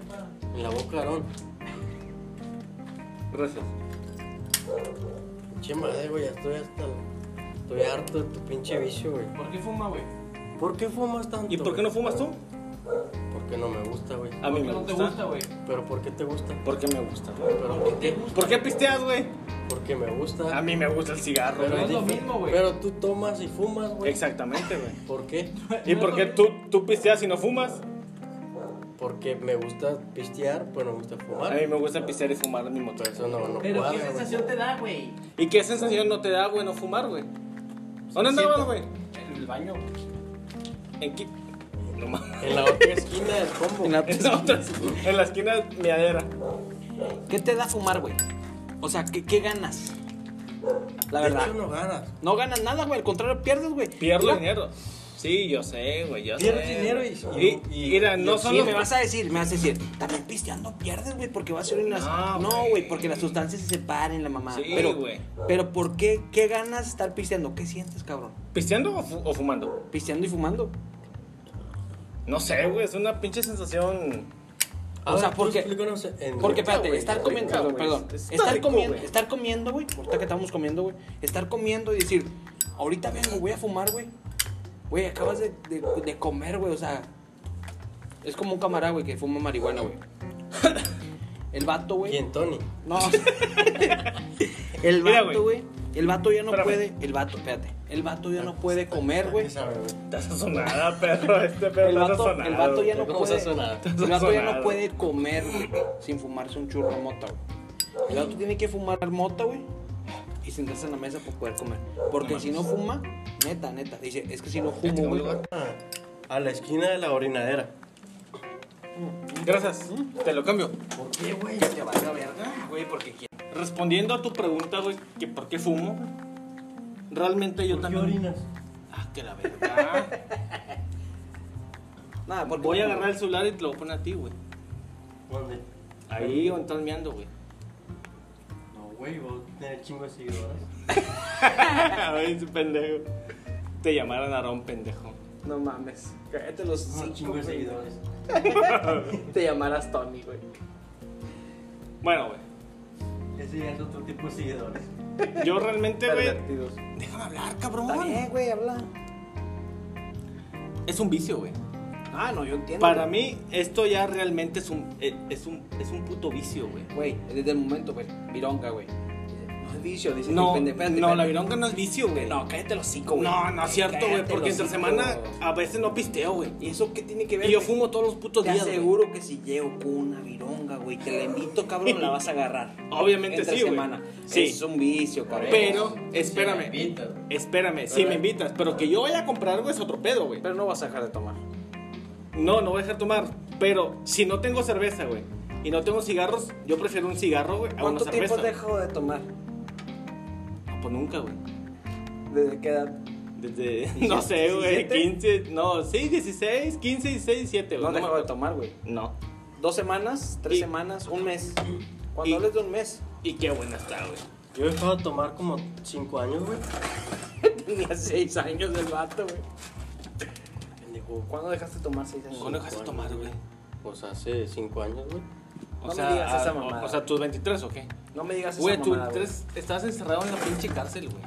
S2: En la boca, Aarón.
S1: Gracias.
S2: Che madre, güey, ya estoy hasta. el- Estoy harto de tu pinche vicio, güey.
S3: ¿Por qué fuma, güey?
S2: ¿Por qué fumas tanto?
S1: ¿Y por qué no fumas tú?
S2: güey? Porque no me gusta, güey.
S1: A mí me gusta.
S3: güey?
S2: ¿Pero por qué te gusta?
S1: Porque me gusta.
S2: ¿Pero por qué?
S1: ¿Por qué pisteas, güey?
S2: Porque me gusta.
S1: A mí me gusta el cigarro,
S2: pero
S1: güey.
S3: no Ah, es lo
S2: dif-
S3: mismo, güey.
S2: Pero tú tomas y fumas, güey.
S1: Exactamente, güey.
S2: ¿Por qué?
S1: ¿Y por qué tú, tú pisteas y no fumas?
S2: Porque me gusta pistear, pero no me gusta
S1: A
S2: fumar.
S1: mí me gusta pistear y fumar al mismo
S2: Por
S1: tiempo.
S2: eso no, no cuadra, güey.
S3: te da, güey?
S1: ¿Y qué sensación no te da, güey, no fumar, güey? ¿Dónde andabas, güey?
S3: En el baño.
S1: ¿En qué? No mames.
S2: En la otra esquina del combo.
S1: En la otra- en la esquina miadera.
S3: ¿Qué te da fumar, güey? O sea, ¿qué, qué ganas? La
S2: de
S3: verdad.
S2: hecho, no ganas.
S3: No ganas nada, güey. Al contrario, pierdes, güey.
S1: Pierdo
S3: Mira,
S1: dinero. Sí, yo sé, güey, yo
S2: Pierdes
S1: sé.
S2: dinero y-
S1: Y,
S2: y-
S1: mira, no
S3: Sí,
S1: son los-
S3: me vas a decir, me vas a decir, también pisteando pierdes, güey, porque vas a ir unas...
S1: No,
S3: No,
S1: güey.
S3: güey, porque las sustancias se separan, la mamá.
S1: Sí,
S3: pero,
S1: güey.
S3: Pero, ¿por qué? ¿Qué ganas de estar pisteando? ¿Qué sientes, cabrón?
S1: ¿Pisteando o, fu- o fumando?
S3: ¿Pisteando y fumando?
S1: Pues No sé, güey, es una pinche sensación.
S3: O sea, porque- Porque, espérate,
S1: güey,
S3: estar
S1: rica,
S3: comiendo,
S1: güey.
S3: perdón,
S1: Está
S3: estar
S1: rico,
S3: comiendo,
S1: güey.
S3: estar comiendo, güey, ahorita que estamos comiendo, güey, estar comiendo y decir, ahorita vengo, voy a fumar, güey, güey, acabas de, de- de comer, güey, o sea, es como un camarada, güey, que fuma marihuana, güey. El vato, güey.
S2: Y en Tony.
S3: No. el
S1: Mira,
S3: vato, güey. El vato ya no
S1: Espérame.
S3: puede. El vato, espérate. El vato ya no puede comer, güey.
S2: Ya sabe, güey.
S1: Está sazonada, perro. Este perro
S3: El
S1: está
S3: vato,
S1: sazonado.
S3: el vato ya no
S2: ¿Cómo
S3: puede.
S2: sazonado?
S3: El vato ya
S1: Sazonado.
S3: no puede comer, güey, sin fumarse un churro de mota, güey. El vato tiene que fumar mota, güey. Y sentarse en la mesa para poder comer. Porque si no fuma, neta, neta. Dice, es que si no fumo, güey.
S2: Ah, A la esquina de la orinadera.
S1: Gracias. Te lo cambio.
S2: ¿Por qué, güey?
S3: Te vas a verga, güey, porque quiere.
S1: Respondiendo a tu pregunta, güey, que por qué fumo, realmente yo
S2: ¿Por qué
S1: también.
S2: orinas?
S1: Ah, que la verdad.
S3: Nada, porque
S1: voy a agarrar el celular y te lo voy a poner a ti, güey.
S2: ¿Dónde?
S1: Ahí o estás meando, güey.
S2: No, güey, vos tenés chingo de seguidores.
S1: Ay, ese pendejo. Te llamaron Aarón, pendejo.
S3: No mames. Cállate los
S2: Un
S3: cinco,
S2: chingo de
S3: güey.
S2: seguidores.
S3: Te llamarás Tony, güey.
S1: Bueno, güey.
S2: Ese ya es otro tipo de seguidores.
S1: Yo realmente, güey.
S3: Pervertidos.
S1: Déjame hablar,
S3: Está
S1: cabrón.
S3: bien, güey, habla.
S1: Es un vicio, güey.
S3: Ah, no, yo entiendo.
S1: Para
S3: güey.
S1: mí, esto ya realmente es un, eh, es un, es un puto vicio, güey.
S3: Güey, desde el momento, güey. Vironga, güey. No es vicio, dice
S1: No,
S3: depende, espérate,
S1: no, la
S3: espérate.
S1: vironga no es vicio, güey.
S3: No, cállate los cinco, güey.
S1: No, no es cierto, güey,
S3: Cállate
S1: porque
S3: los
S1: entre
S3: cinco.
S1: semana a veces no pisteo, güey.
S3: ¿Y eso qué tiene que ver?
S1: Y yo
S3: güey?
S1: fumo todos los putos
S3: Te
S1: días, güey.
S3: aseguro que si llego con una vironga, güey, te la invito, cabrón, la vas a agarrar.
S1: Obviamente
S3: Entre
S1: sí, güey.
S3: semana.
S1: Sí.
S3: Es un vicio, cabrón.
S1: Pero, espérame,
S2: Pinta.
S1: espérame, si me invitas, pero que yo vaya a comprar, güey, es otro pedo, güey.
S3: Pero no vas a dejar de tomar.
S1: No, no voy a dejar tomar, pero si no tengo cerveza, güey, y no tengo cigarros, yo prefiero un cigarro, güey, a una
S3: ¿Cuánto tiempo
S1: cerveza.
S3: has dejado de tomar?
S1: No, pues nunca, güey.
S3: ¿Desde qué edad?
S1: Desde, no sé, güey,
S3: 17?
S1: 15, no, sí, 16, 15, 16, 17,
S3: No
S1: güey.
S3: has dejado
S1: mames.
S3: de tomar, güey.
S1: no.
S3: ¿Dos semanas? ¿Tres
S1: Y-
S3: semanas? ¿Un mes? Cuando
S1: y-
S3: hables de un mes,
S1: Y qué buena está, güey.
S2: Yo he dejado de tomar como 5 años, güey.
S3: tenía seis años del vato, güey.
S2: Pendejo.
S3: ¿Cuándo dejaste de tomar seis años?
S1: ¿Cuándo dejaste de tomar, güey?
S2: Pues hace 5 años, güey.
S1: O
S3: No
S1: sea,
S3: me digas esa
S1: a- o-
S3: mamada.
S1: O, sea, tus 23 o qué?
S3: No me digas
S1: Güey,
S3: esa
S1: tú
S3: mamada, güey.
S1: tres, estabas encerrado en la pinche cárcel, güey.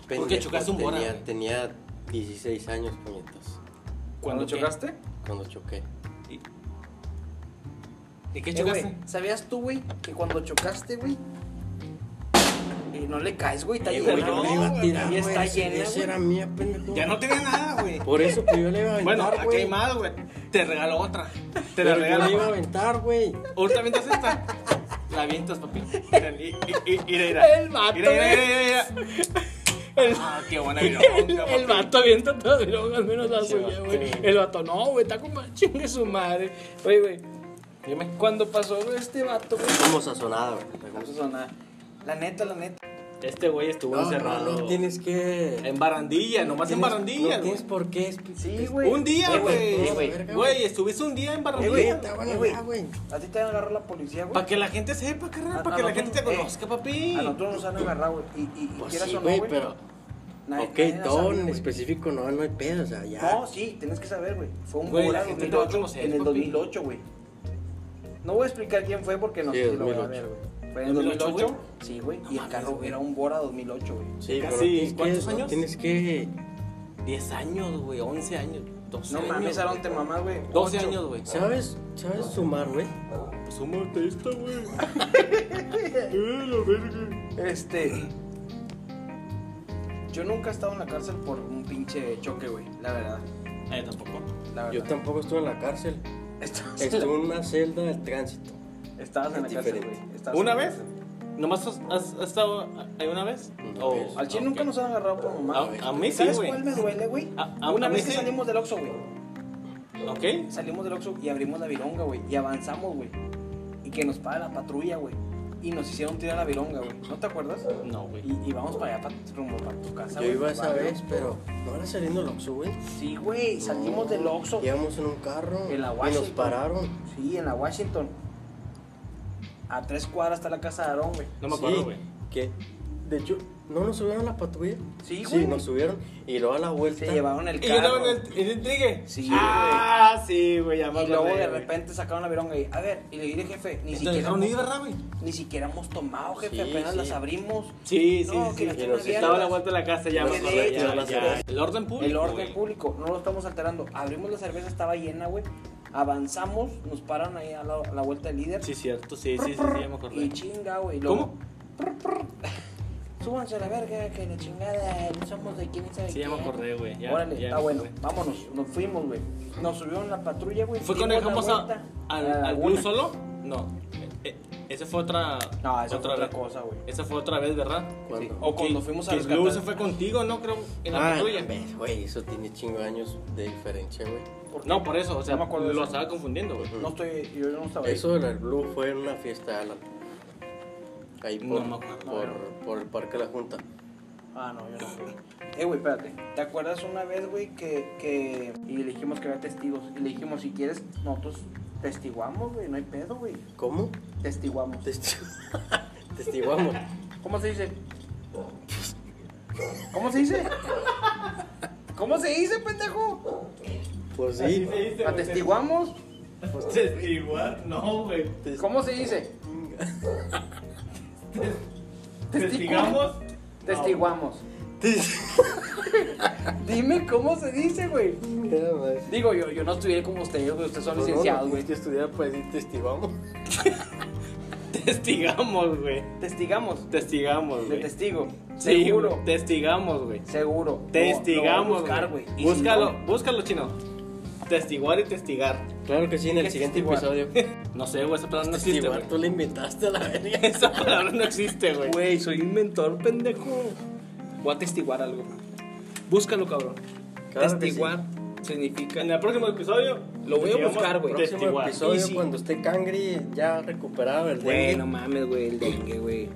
S2: Pendejo,
S1: Porque chocaste un bora,
S2: tenía,
S1: güey.
S2: tenía 16 años, puñetas.
S3: ¿Cuándo
S1: ¿Cuándo qué?
S3: chocaste?
S2: Cuando choqué.
S1: ¿Y, ¿Y qué
S3: Eh,
S1: chocaste?
S3: güey, ¿Sabías tú, güey, que cuando chocaste, güey? Y no le caes, güey, está
S2: Eh,
S3: llena.
S2: güey, yo
S1: no,
S2: le iba a tirar,
S3: Y está
S2: güey, ese-
S3: llena,
S2: ese
S3: güey.
S2: era mía, pendejo.
S1: ya no tenía nada, güey.
S2: Por eso que yo le iba a aventar,
S1: Bueno,
S2: güey.
S1: aquí hay más, güey. Te regalo otra. Te la
S2: Pero yo le iba a
S1: regalo.
S2: aventar, güey.
S1: Ahorita avientas esta. La avientas, papi. Mira, y- y- y- Mira, mira.
S3: El vato,
S1: Mira, mira, mira, mira, mira. Ah, qué buena vironga, papi.
S3: avienta todas las drogas menos la
S1: Sí, suya,
S2: güey. sí.
S3: El vato, no, güey, está como chingue su madre. Oye, güey,
S1: Dime.
S3: cuando pasó este vato, güey.
S2: Como sazonado, güey.
S3: No se sonaba. La neta, la neta.
S1: Este güey estuvo encerrado.
S2: no tienes que...
S1: En barandilla, nomás en
S2: tienes-
S1: barandilla,
S2: No
S1: güey.
S2: tienes por qué.
S3: Sí, güey.
S1: Un día,
S3: Eh,
S1: güey.
S3: eh, güey.
S2: verga,
S1: Güey, estuviste un día en
S2: Eh,
S1: barandilla.
S2: güey,
S3: Eh,
S2: te van a
S3: güey.
S2: hablar, güey.
S3: A ti te van a agarrar la policía, güey.
S1: Para que la gente sepa, carnal.
S3: A-
S1: Para
S3: a
S1: que la gente
S3: nosotros-
S1: te conozca,
S3: eh,
S1: papi.
S3: A nosotros nos han agarrado, güey. Y, y, y
S2: Pues
S3: quieras
S2: sí,
S3: o no,
S2: güey,
S3: güey.
S2: pero...
S3: nadie- nadie
S2: ok,
S3: la
S2: todo
S3: sabía,
S2: en
S3: güey.
S2: específico no, no hay pedo, o sea, ya.
S3: No, sí, tienes que saber, güey. Fue un
S1: Güey,
S3: güey,
S1: la gente te va a conocer,
S3: en el
S1: papi.
S3: 2008, güey. No voy a explicar quién fue porque no
S2: Sí,
S3: sé si lo voy a
S2: 2008.
S3: ver, güey. Fue en el
S1: 2008,
S3: 2008,
S1: güey.
S3: sí, güey.
S1: No
S3: y el
S1: mames,
S3: carro
S1: güey.
S3: era un Bora 2008, güey.
S2: Sí, pero
S1: Casi,
S2: tienes que-
S1: ¿cuántos años?
S2: Tienes que...
S1: 10 años, güey. 11 años. 12
S3: No
S1: años.
S3: mames, Aaron, te mamás, güey.
S1: 12
S3: Ocho.
S1: años, güey.
S2: ¿Sabes? ¿Sabes sumar, güey?
S1: Pues súmate esta, güey. Eh, la verga.
S3: Este. Yo nunca he estado en la cárcel por un pinche choque, güey. La verdad.
S1: Eh, tampoco.
S3: La
S2: Yo
S3: verdad.
S2: tampoco estuve en la cárcel.
S3: Estabas en
S2: Estuve
S3: la-
S2: en una celda del tránsito.
S3: Estabas en la
S2: es
S3: cárcel,
S2: diferente.
S3: güey. Estabas
S1: ¿Una
S3: en la
S1: vez?
S3: cárcel.
S1: ¿Nomás has, has- has estado ahí una vez?
S2: Una
S1: O-
S2: vez.
S3: Al chile
S1: ah,
S3: nunca
S1: ok.
S3: nos han agarrado por mamá.
S1: A-
S3: güey.
S1: a mí sí,
S3: ¿Sabes
S1: güey.
S3: cuál me duele, güey?
S1: A- a
S3: una
S1: mí
S3: vez que
S1: sí.
S3: salimos del Oxxo, güey.
S1: Ok.
S3: Salimos del Oxxo y abrimos la vironga, güey. Y avanzamos, güey. Y que nos para la patrulla, güey. y nos hicieron tirar la vironga, güey. ¿No te acuerdas?
S1: No, güey.
S3: Y, y vamos para allá, para, rumbo para tu casa.
S2: Yo
S3: güey,
S2: iba
S3: tu
S2: esa
S3: barrio.
S2: vez, pero no era saliendo el Oxxo, güey.
S3: Sí, güey, salimos del Oxxo.
S2: Íbamos en un carro
S3: En la
S2: y nos
S3: Washington.
S2: pararon.
S3: Sí, en la Washington. A tres cuadras está la casa de Aarón, güey.
S1: No me acuerdo,
S2: Sí,
S1: güey.
S2: que, de hecho, ¿no nos subieron a la patrulla?
S3: Sí, güey.
S2: Sí, nos subieron y luego a la vuelta.
S3: Se llevaron el
S1: Y
S3: carro.
S1: yo estaba en el, en el trigue.
S3: Sí,
S1: ah, sí, güey, ya me
S3: Y luego
S1: acordé,
S3: de
S1: güey.
S3: repente sacaron la vironga y, a ver, y le dije, jefe, ni
S1: Entonces,
S3: siquiera,
S1: ¿no
S3: hemos,
S1: ni verdad, güey?
S3: ni siquiera hemos tomado, jefe,
S2: Sí,
S3: apenas
S2: sí.
S3: las abrimos.
S1: Sí, sí, sí,
S3: No, que
S1: sí.
S3: las
S1: que
S3: tiendas
S1: nos Estaba a la
S3: abiertas.
S1: vuelta de la casa, ya me
S3: Sí,
S1: acordé,
S3: sí,
S1: ya,
S2: las
S1: ya.
S2: gracias.
S1: El orden público,
S3: el orden
S1: güey.
S3: público, no lo estamos alterando. Abrimos la cerveza, estaba llena, güey. Avanzamos, nos paran ahí a la, a la vuelta del líder.
S1: Sí, cierto, sí, sí, sí, sí, ya me acordé.
S3: Y chinga, güey. y luego,
S1: ¿Cómo?
S3: Súbanse a la verga, que la chingada, no somos de quién sabe
S1: Sí, ya me
S3: quién".
S1: acordé, güey, ya,
S3: Órale,
S1: ya
S3: está
S1: me
S3: bueno.
S1: acordé.
S3: Vámonos, nos fuimos, güey. Nos subieron la patrulla, güey.
S1: ¿Fue cuando
S3: dimos la
S1: dejamos a,
S3: vuelta la
S1: al, al
S3: laguna.
S1: Blue solo? No. E- e- esa fue otra.
S3: No, esa fue otra
S1: vez.
S3: cosa, güey.
S1: Esa fue otra vez, ¿verdad?
S2: ¿Cuándo?
S3: Sí. O cuando fuimos a
S1: que
S3: rescatar-
S1: Blue se fue contigo, ¿no? Creo. En la
S2: Ah,
S1: patrulla.
S2: ves, güey, eso tiene chingo de años de diferencia, güey.
S3: ¿Por qué?
S1: No, por eso, o sea,
S3: No me acuerdo de
S1: lo
S3: eso.
S1: estaba confundiendo, güey.
S3: No estoy, yo no estaba ahí.
S2: Eso del Blue fue en una fiesta de Alan. Ahí por,
S1: No me acuerdo.
S2: por, por el Parque de la Junta.
S3: Ah, no, yo no fui. Eh, güey, espérate. ¿Te acuerdas una vez, güey, que, que... Y le dijimos que había testigos. Y le dijimos, si quieres, nosotros testiguamos, güey. No hay pedo, güey.
S2: ¿Cómo?
S3: Testiguamos.
S2: Testi- Testiguamos.
S3: ¿Cómo se dice? ¿Cómo se dice? ¿Cómo se dice, pendejo?
S2: Pues sí.
S3: ¿Atestiguamos?
S1: Testiguar, no, güey.
S3: ¿Cómo se dice? Testigamos. Testiguamos.
S2: Testi-
S3: Dime cómo se dice, güey.
S2: Ya, madre.
S3: Digo, yo, yo no estudié como ustedes, güey. Ustedes son
S2: Pues no,
S3: licenciados,
S2: no pues,
S3: güey.
S2: tienes que estudiar para decir testigamos.
S1: Testigamos, güey.
S3: Testigamos.
S1: Testigamos,
S3: De
S1: güey.
S3: testigo.
S1: Sí,
S3: Seguro.
S1: güey, Testigamos, güey.
S3: Seguro. Lo-
S1: Testigamos,
S3: lo voy a buscar,
S1: güey.
S3: güey. Y
S1: Búscalo,
S3: si no,
S1: búscalo, chino. Testiguar y testigar.
S2: Claro que sí, en
S3: ¿Qué
S2: el
S3: es
S2: siguiente
S3: testiguar?
S2: episodio.
S1: No sé, güey, esa palabra no existe, güey.
S2: Testiguar, tú le inventaste a la verga.
S1: Esa palabra no existe, güey.
S3: Güey, soy inventor, pendejo.
S1: Voy a testiguar algo. Búscalo, cabrón.
S2: Claro que sí.
S1: testiguar.
S3: Significa.
S1: En el próximo episodio
S3: Lo voy a
S1: digamos,
S3: buscar, güey.
S2: Próximo
S1: Testiguar.
S2: episodio,
S1: Easy.
S2: cuando esté Cangri ya recuperado el
S4: Güey,
S2: dengue.
S4: no mames, güey, el dengue, güey.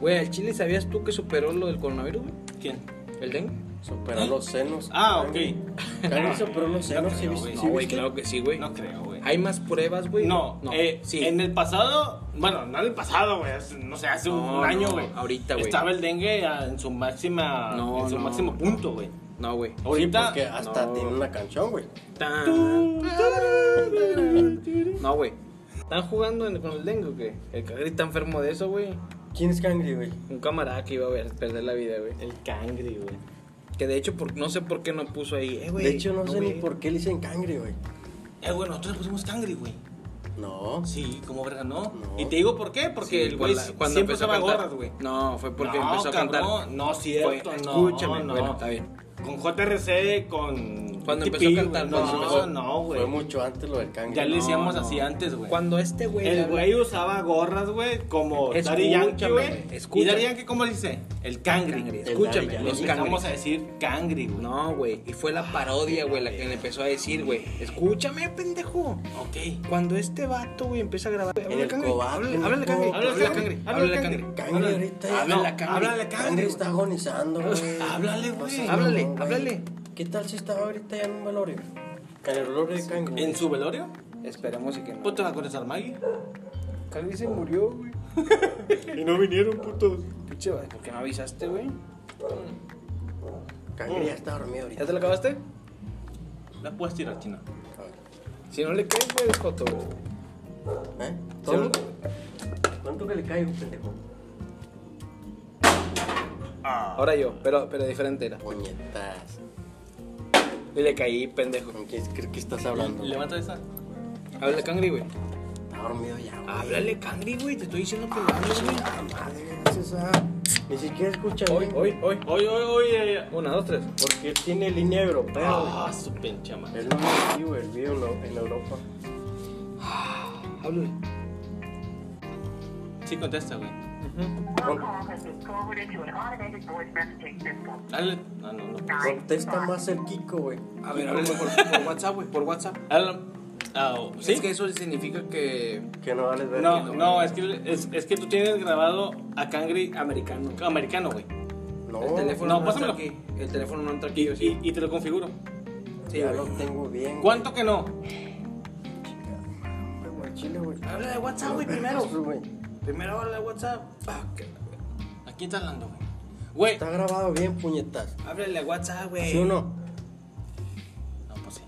S4: Güey, ¿al Chile sabías tú que superó lo del coronavirus, güey?
S1: ¿Quién?
S4: ¿El dengue?
S2: Superó los senos.
S1: Ah,
S2: Cangri.
S1: ok.
S2: Cangri superó los senos. ¿sí
S1: creo,
S2: viste?
S1: güey.
S2: ¿Sí
S4: No, güey,
S2: viste?
S4: claro que sí, güey.
S1: No creo, güey.
S4: ¿Hay más pruebas, güey?
S1: No, eh, en el pasado, bueno, no en el pasado, güey, hace- no sé, hace
S4: No,
S1: un año,
S4: no,
S1: güey.
S4: ahorita, güey.
S1: Estaba el dengue ah, en su máxima,
S4: No,
S1: en su
S4: no.
S1: máximo punto, güey.
S4: No, güey.
S1: Ahorita,
S2: Porque hasta
S4: No.
S2: tiene una canción, güey.
S4: Tan- No, güey. ¿Están jugando en- con el dengue o qué? El cagri está enfermo de eso, güey.
S2: ¿Quién es Cangri, güey?
S4: Un camarada que iba a ver- perder la vida, güey.
S1: el cangri, güey.
S4: Que de hecho, por, no sé por qué no puso ahí. Eh, güey.
S2: De hecho, no sé ni
S4: güey.
S2: por qué le dicen Cangri, güey.
S1: Eh, güey, nosotros le pusimos cangri, güey.
S2: No.
S1: Sí, como verga, no.
S2: No.
S1: Y te digo por qué, porque
S4: Sí,
S1: el
S4: por
S1: güey
S4: la-
S1: cuando siempre usaba
S4: cantar.
S1: gorras, güey.
S4: No, fue porque
S1: No,
S4: empezó a
S1: cabrón,
S4: cantar.
S1: No, cierto,
S4: Fue-
S1: no.
S4: escúchame,
S1: no.
S4: bueno, está bien.
S1: Con JRC, con.
S4: Cuando
S1: TP,
S4: empezó a cantar,
S1: güey,
S4: cuando
S1: No,
S4: empezó.
S1: no,
S2: Fue
S1: güey.
S2: mucho antes lo del Cangri.
S1: Ya le
S4: No,
S1: decíamos
S4: no.
S1: así antes, güey.
S4: Cuando este güey. le
S1: El
S4: habla-
S1: güey usaba gorras, güey, como Daddy
S4: Escúchame,
S1: Yankee, güey.
S4: escúchame.
S1: ¿Y Daddy Yankee cómo le dice? El
S4: Cangri,
S1: cangri.
S4: Escúchame,
S2: Daddy
S1: Le
S4: los
S2: Yankee.
S1: empezamos
S4: cangres.
S1: a decir cangri, güey.
S4: No, güey. Y fue la
S5: Ah,
S4: parodia, güey, la que le empezó a decir, güey. Escúchame, pendejo.
S1: Ok.
S4: Cuando este vato, güey, empieza a grabar.
S2: el cobarde,
S4: Háblale, cangre.
S2: pendejo.
S1: Háblale
S4: Háblale,
S1: al
S4: cangre.
S1: cangre,
S4: Háblale,
S1: háblale al
S4: cangre.
S2: Cangri ahorita ya-
S1: Habla-
S4: Háblale, cangre.
S1: Háblale,
S2: Cangri
S1: cangre.
S2: está agonizando, güey.
S1: Háblale, güey.
S4: Háblale,
S2: güey.
S4: háblale.
S2: ¿Qué tal si estaba ahorita ya en un velorio? En el velorio de Cangri.
S1: ¿En su velorio?
S3: Esperemos y que no.
S1: ¿Vos te vas a conocer, Maggie?
S3: Calvi se murió, güey.
S1: Y no vinieron, putos.
S3: Pinche, güey, ¿por qué no avisaste, güey?
S2: Cangri ya está dormido ahorita.
S4: ¿Ya te lo acabaste?
S1: La puedes tirar, china.
S4: Si no le caes, güey, es joto, güey.
S2: ¿Eh?
S4: ¿Todo?
S2: ¿Cuánto que le caigo, pendejo?
S4: Ahora yo, pero, pero diferente era.
S2: Puñetas.
S4: Y le caí, pendejo.
S2: ¿Con quién crees que estás hablando?
S1: Levanta esa.
S4: Háblale, cangre, güey.
S2: Está dormido ya, güey.
S4: Háblale, cangre, güey. Te estoy diciendo que le hables, güey.
S2: Ah, madre, no se sabe. Ni siquiera escucha
S4: Hoy,
S2: bien.
S4: hoy, hoy.
S1: Oye, oye, oye.
S4: Una, dos, tres.
S2: Porque tiene línea europea, güey.
S1: Ah, su pinche madre.
S2: Es lo mismo, sí, güey, el video en en Europa.
S4: Háblale.
S1: Sí, contesta, güey.
S6: Your call has been forwarded to an automated voice messaging system.
S1: Dale. Ah, No, no, no.
S6: Nine
S2: Contesta más el Kiko, güey.
S4: A ver, háblale por, por WhatsApp, güey. Por WhatsApp.
S1: Háblale. Ah, ¿sí?
S5: Es que eso significa que.
S2: Que no vales ver.
S1: No, no, es que, es, es que tú tienes grabado a Cangri americano, americano, güey.
S2: No,
S5: El teléfono
S1: no,
S5: no, entra
S1: pásamelo.
S5: aquí. El teléfono no entra aquí,
S1: Y,
S5: yo sí.
S1: y- y te lo configuro.
S5: Sí,
S2: ya lo
S5: güey.
S2: tengo bien.
S1: ¿Cuánto que no?
S2: güey, güey, Chile, güey.
S5: Habla de WhatsApp, güey, primero.
S2: Eso, güey.
S5: Primero habla de WhatsApp.
S1: ¿A quién está hablando, güey? Güey.
S2: Está grabado bien, puñetas.
S5: Háblale a WhatsApp, güey.
S2: ¿Sí o no?
S1: No, pues sí.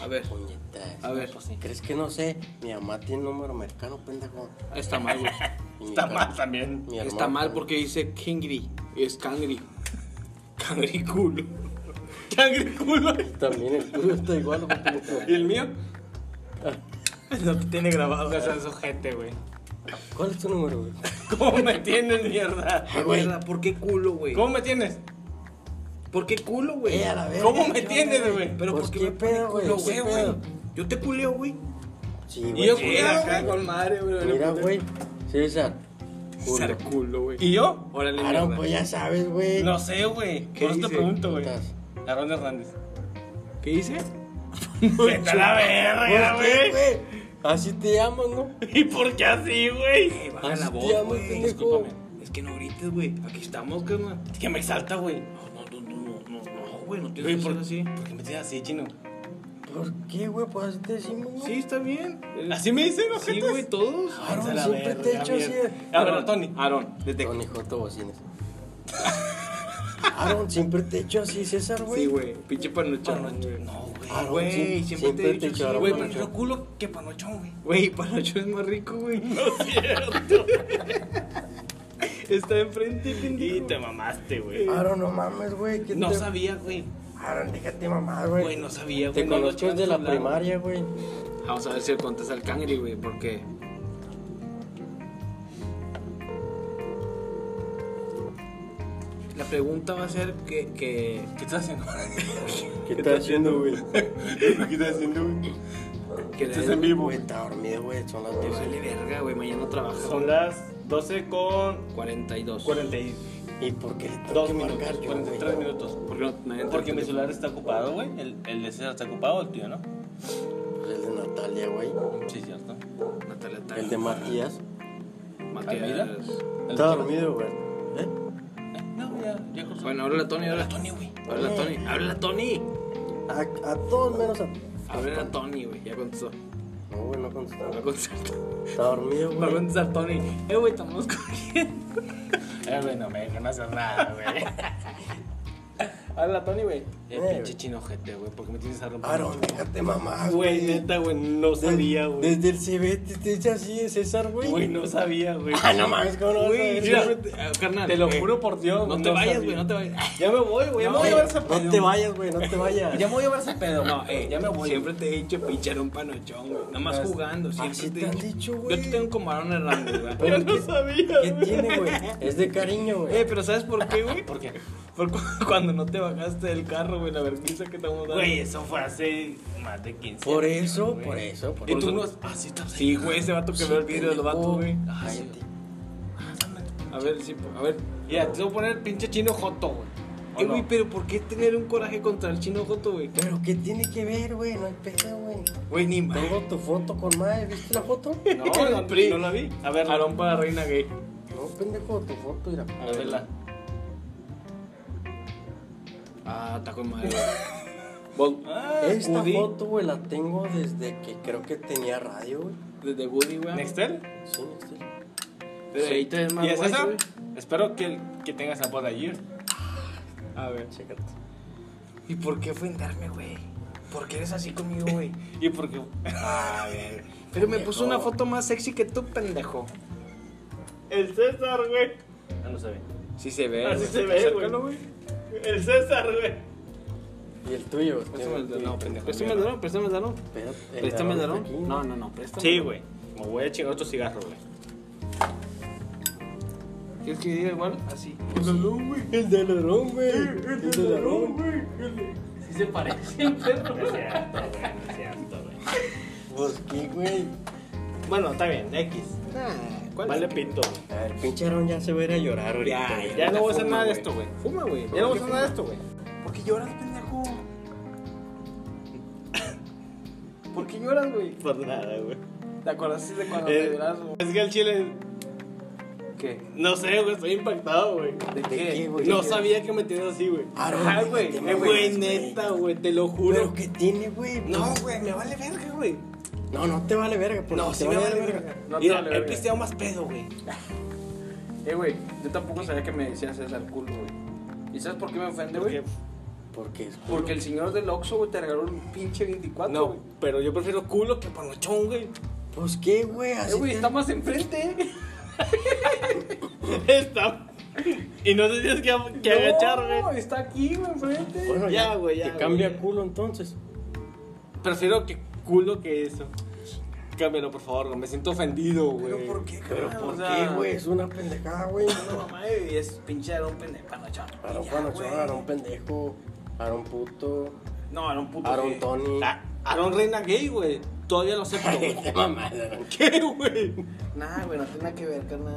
S5: A ver.
S2: Puñetas.
S5: A ver.
S1: Pues sí.
S2: ¿Crees que no sé? Mi mamá tiene un número americano, pendejo.
S5: Está mal, güey.
S2: Y mi
S1: Está
S2: hermano-
S1: mal también.
S2: mi
S5: Está
S2: hermano
S5: mal
S2: también.
S5: porque dice Kingri. Es Kangri.
S1: Cangriculo. Cangriculo.
S2: También el tuyo está igual, güey. pendejo.
S1: ¿Y el mío?
S5: No te tiene grabado.
S1: O sea, es ojete, güey.
S2: ¿Cuál es tu número, güey?
S1: ¿Cómo me tienes, mierda?
S2: güey.
S5: ¿Por qué culo, güey?
S1: ¿Cómo me tienes?
S5: ¿Por qué culo, güey?
S2: Eh, a la verga,
S1: ¿Cómo me
S2: yo,
S1: tienes, güey?
S5: Pero
S2: Pues,
S5: ¿por qué
S2: ¿qué
S5: me pone
S2: pedo, güey?
S5: culo,
S2: ¿Qué
S5: güey,
S2: pedo?
S5: güey? Yo te culeo, güey.
S2: Sí,
S5: Y
S2: güey.
S5: yo
S2: sí,
S5: culeo,
S2: güey.
S5: güey. Con Pues, madre, güey.
S2: Mira, güey. César.
S5: Ser
S2: Culo.
S5: culo, güey.
S1: ¿Y yo? Órale,
S2: Claro,
S1: mierda.
S2: pues ya sabes, güey.
S1: No sé, güey.
S5: Eh, ¿Qué
S1: Por eso te
S5: dice?
S1: pregunto, güey.
S2: Putas.
S1: Aaron Hernández.
S5: ¿Qué hice?
S1: Vete a la verga,
S2: ¿Por qué,
S1: güey.
S2: güey? Así te llamas, ¿no?
S1: ¿Y por qué así, güey?
S5: Eh, baja
S2: Así
S5: la
S2: te
S5: voz,
S2: llamo,
S5: güey.
S2: pendejo.
S5: Discúlpame. Es que no grites, güey. Aquí estamos, carnal.
S1: Es que me exalta, güey.
S5: No, no, no, no, no, no, güey. No
S1: Güey,
S5: tienes que
S1: ¿por,
S5: ser así.
S1: ¿Por qué me tienes así, chino?
S2: ¿Por qué, güey? Pues así te decimos, ¿no?
S5: Sí, está bien.
S1: Eh, ¿Así me dicen,
S5: Sí,
S1: ojetes?
S5: güey, todos.
S2: Aaron,
S1: Vete a la
S2: siempre te he
S1: verga,
S2: hecho así.
S1: mierda. A ver, Tony.
S5: Aaron, desde
S2: Tony Joto Bocines. Aaron, siempre te he hecho así, César, güey.
S5: Sí, güey. Pinche panochón.
S1: No, güey.
S2: Aaron,
S5: Güey,
S2: sí,
S5: siempre te he dicho
S2: echaron
S1: Güey,
S2: por
S1: prefiero
S2: eso.
S1: culo que panochón, güey.
S5: Güey, panochón es más rico, güey. Está enfrente,
S1: Y
S5: pendejo.
S1: te mamaste, güey.
S2: Aaron, no mames, güey. que
S1: No
S2: Ah, te...
S1: sabía, güey.
S2: Aaron, déjate mamar, güey.
S1: Güey, no sabía, güey.
S2: Te
S1: No lo
S2: conozco desde
S1: chingas
S2: la
S1: al lado.
S2: primaria, güey.
S5: Ah, Vamos a ver si le contesta al cangri, güey, porque. La pregunta va a ser que. que...
S1: ¿Qué estás haciendo?
S2: ¿Qué estás haciendo, güey?
S1: ¿Qué estás haciendo, güey?
S5: que le-
S1: en vivo.
S2: Güey, está dormido, güey. Son las
S5: Te
S2: 12.
S5: vale verga, güey, mañana trabaja.
S1: Son las 12 con
S5: 42.
S1: 42
S2: ¿Y por qué le tengo que
S1: minutos,
S2: marcar yo, güey?
S1: 43 minutos.
S5: ¿Por qué no? me entra
S1: Porque
S5: el
S1: mi
S5: teléfono?
S1: celular está ocupado, güey. El, el de César está ocupado, el tío, ¿no?
S5: Mm,
S2: Pues el de Natalia, güey.
S1: Sí, cierto.
S5: Natalia
S1: Ah,
S5: Tag-
S2: El de Matías.
S5: Matías.
S1: Almeida.
S2: Está dormido, güey. ¿Eh?
S1: Eh, No, ya, ya cruzó.
S5: Bueno, háblale a Tony, háblale a Tony,
S1: güey.
S5: Háblale a Tony, háblale a Tony.
S2: Eh, A, a todos menos a.
S5: Háblale a Tony, güey. Ya contestó.
S2: No, güey, no
S5: Va a
S2: contestó.
S5: contestar.
S2: Está dormido,
S5: Va a
S2: güey.
S5: contestar Tony. Eh, güey, estamos corriendo.
S1: Eh, güey, no me dejan hacer nada, güey.
S5: Habla Tony, güey.
S1: Eh, pinche chinojete, güey. ¿Por qué me tienes a romper?
S2: Aaron, Eh, déjate mamar,
S1: Güey, neta, güey, no
S2: De-
S1: sabía, güey.
S2: Desde el CB te echa así, César, güey.
S1: Güey, no sabía, güey.
S2: Ah, no mames, ¿cómo eh, no vas a
S5: Güey,
S2: ver?
S1: mira,
S5: siempre te- ah, carnal.
S1: Te lo
S5: eh,
S1: juro por Dios.
S5: No te vayas,
S1: sabía.
S5: güey, no te vayas.
S1: Ya me voy, güey. Ya me voy a llevar ese pedo.
S2: No te vayas, güey, no te vayas.
S1: Ya me voy a llevar ese pedo. No, eh, ya me voy.
S5: Siempre te he dicho pinchar un panochón, güey. Nada más
S1: Así-
S5: jugando, siempre
S2: así
S5: te
S2: te
S5: he
S2: han
S5: dicho.
S2: dicho,
S5: pues, Yo
S2: güey.
S5: te tengo como Aaron Hernández, güey.
S2: Pero
S1: Yo no
S2: ¿qué-
S1: sabía,
S2: ¿Qué
S1: güey.
S2: tiene, güey? Es de cariño,
S5: Eh,
S2: güey.
S5: pero ¿sabes por qué, güey?
S1: ¿Por qué?
S5: Por cu- cuando no te bajaste del carro, güey, la vergüenza que estamos dando.
S1: Güey, eso fue hace más de 15
S2: Por
S1: años,
S2: eso,
S1: güey.
S2: por eso, por
S5: eh, Y
S2: eso.
S5: tú no.
S1: Ah, sí, está
S5: Sí, güey, ese vato que ve el video de los vatos, güey.
S2: Cállate.
S5: A ver, sí, a ver.
S1: Mira, te voy a poner pinche chino joto, güey. ¿O
S5: Eh, güey,
S1: no?
S5: pero ¿por qué tener un coraje contra el chino Joto, güey?
S2: Pero ¿qué tiene que ver, güey? No hay pedo, güey.
S5: Güey, ni más.
S2: Tengo tu foto con madre, ¿viste la foto?
S5: No,
S1: No,
S5: no,
S1: no, no
S5: la
S1: la
S5: vi.
S1: vi.
S5: A ver, Aarón para Reina Gay.
S2: No, pendejo, tu foto, mira.
S1: A verla.
S5: Ah, está con madre. güey. Bud-
S1: Ah,
S2: Esta
S5: Woody.
S2: foto, güey, la tengo desde que creo que tenía radio, güey.
S5: Desde Woody, güey.
S1: ¿Nextel?
S2: Sí, Nextel.
S5: Sí, ahí te ves más
S1: ¿Y es
S5: guay,
S1: esa?
S5: güey.
S1: Espero que, que tengas a por allí.
S5: A ver.
S2: Chécate.
S5: ¿Y por qué ofenderme, güey? ¿Por qué eres así conmigo, güey?
S1: ¿Y por qué?
S5: A ver. Pero me puso una foto más sexy que tú, pendejo.
S1: El César, güey. Ah, no se ve.
S5: Sí se ve.
S1: Así
S5: güey.
S1: se ve, güey.
S5: Acércalo, güey.
S1: El César, güey.
S2: ¿Y el tuyo?
S5: Préstame el
S2: Espérate,
S5: darón, pendejo. Préstame el darón, préstame el darón.
S2: espérate,
S5: Préstame el
S2: darón está
S5: darón.
S2: aquí.
S5: No, no, no, préstame.
S1: Sí, güey. Me voy a chingar otro cigarro, güey.
S5: ¿Quieres que diga igual? Así.
S2: El de Larón, güey. El de Larón, güey.
S5: Sí se parece, perro.
S1: No es cierto, güey. No es cierto, güey.
S2: Pues qué, güey.
S1: Bueno, está bien. X. Vale, pinto. güey.
S2: A ver, pinche Aarón ya se va a ir a llorar ahorita.
S5: Ya,
S2: güey.
S1: Ya no voy a hacer
S5: Fuma,
S1: nada de
S5: güey.
S1: esto, güey.
S5: Fuma, güey.
S1: Ya no voy a hacer nada de esto, güey.
S5: ¿Por qué lloras, pendejo? ¿Por qué lloras, güey?
S2: Por nada, güey.
S5: ¿Te acuerdas de cuando te
S2: Eh.
S5: violas, güey?
S1: Es que el chile,
S5: ¿Qué?
S1: no sé, güey, estoy impactado, güey.
S5: ¿De
S2: qué,
S5: qué?
S2: güey?
S1: No sabía que me tenías así, güey.
S5: Ajá, güey,
S2: te
S5: eh,
S1: Eh,
S2: mamas,
S1: Güey, neta, güey, te lo
S2: Pero
S1: juro.
S2: que tiene, güey.
S1: No, güey, me vale verga, güey.
S2: No, no te vale verga. porque
S1: No,
S2: te
S1: sí me vale verga.
S5: No te
S1: Mira,
S5: vale
S1: he
S5: verga.
S1: pisteado más pedo, güey.
S5: Eh, güey, yo tampoco sabía que me decías César culo, güey. ¿Y sabes por qué me ofende, güey?
S2: Porque es culo.
S5: Porque el señor del Oxxo, güey, te regaló un pinche 24,
S1: No,
S5: güey.
S1: pero yo prefiero culo que panochón, güey.
S2: Pues qué, güey. Así
S5: Eh, güey,
S2: te-
S5: está más enfrente, eh.
S1: Está. Y no te tienes que, que agachar, güey.
S5: No, está aquí, güey, enfrente.
S1: Ya,
S2: Bueno, ya,
S1: güey,
S2: güey.
S1: ya,
S2: Te
S1: güey.
S2: cambia culo entonces.
S1: Prefiero que culo que eso. Cámbialo, por favor, güey. me siento ofendido, güey.
S5: ¿Pero por qué,
S2: Pero
S5: cabrón?
S2: ¿por
S5: Ah, O sea,
S2: qué, güey? Es una pendejada, güey.
S5: No, mamá, y es pinche Aarón pendejo, Panochón.
S2: Aaron
S5: Ya,
S2: Panochón,
S5: güey.
S2: Aaron pendejo, Aaron puto,
S5: No, Aarón puto.
S2: Aaron
S5: sí.
S2: Tony.
S1: Ah, Aarón Reina gay, güey. Todavía lo acepto, güey.
S2: Qué mamada, güey.
S1: ¿Qué, güey?
S5: Nah, güey, no tiene nada que ver, carnal.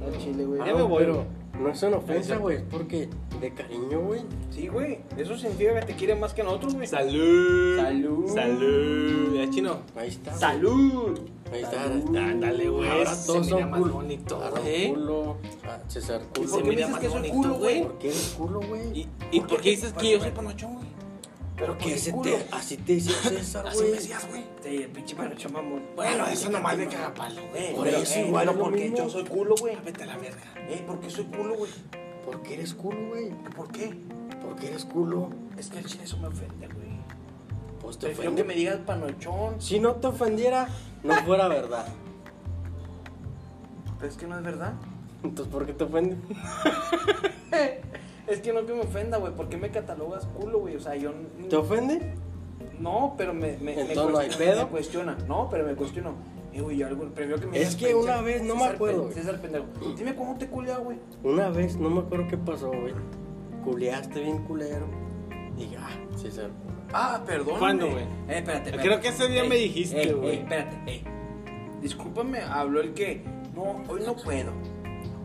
S5: No, chile,
S2: Ah.
S5: güey.
S1: Ya me voy,
S2: Pero
S1: güey.
S2: no es una ofensa, güey. Es porque de cariño, güey.
S5: Sí, güey. Eso significa que te quieren más que nosotros, güey.
S1: Salud.
S5: Salud.
S1: Salud. ¿Es chino?
S2: Ahí está. güey.
S5: Salud.
S2: Ahí está.
S1: Ándale, güey.
S2: Ahora
S1: Se
S2: todos
S1: mira
S2: son
S1: más
S2: culo.
S1: bonito,
S2: Aaron
S1: güey.
S2: culo, ah, César
S5: ¿eh? ¿Y
S2: culo.
S5: por
S1: Se
S5: qué me
S1: mira
S5: dices
S1: más
S5: que soy
S1: bonito,
S5: culo, güey?
S1: güey.
S2: ¿Por qué el culo, güey?
S1: ¿Y, y por qué dices que yo soy panochón, güey?
S5: Pero
S2: Porque ese te, así te decía César,
S1: Así me
S2: güey.
S1: decías, güey.
S5: Sí, el pinche Panochón, mamón.
S1: Bueno, eso nomás me caga palo, güey.
S2: Por
S5: Pero,
S2: eso
S5: eh,
S2: igual
S5: no,
S2: es lo
S5: porque
S2: mismo.
S5: yo soy culo, güey.
S1: Vete a la verga.
S5: Eh, ¿por qué soy culo, güey?
S2: ¿Por qué eres culo, güey?
S5: ¿Por qué?
S2: ¿Por qué eres culo?
S5: Es que el chile eso me ofende, güey.
S2: Pues te
S5: Prefiero que
S2: ofende.
S5: me digas panochón.
S2: Si no te ofendiera, no fuera verdad.
S5: Pero es que no es verdad.
S2: Entonces, ¿por qué te ofende?
S5: Es que no que me ofenda, güey. ¿Por qué me catalogas culo, güey? O sea, yo. n-
S2: ¿Te ofende?
S5: No, pero me. me me
S2: Entonces no hay
S5: cuestiona-
S2: pedo.
S5: Me cuestiona. No, pero me cuestiono. Eh, güey, yo algo. Prefiero que me
S2: Es
S5: digas
S2: que una
S5: pendejo.
S2: vez, no me
S5: César
S2: acuerdo,
S5: pen-
S2: güey.
S5: César pendejo. Dime cómo te culea, güey.
S2: Una vez, no me acuerdo qué pasó, güey. Culeaste bien culero. Dije, ah, César.
S5: Ah, perdón.
S1: ¿Cuándo, güey?
S5: Eh, espérate, espérate.
S1: Creo que ese día
S5: Ey,
S1: me dijiste,
S5: ey,
S1: güey.
S5: ey, espérate, ey. Discúlpame, habló el que. No, hoy no puedo.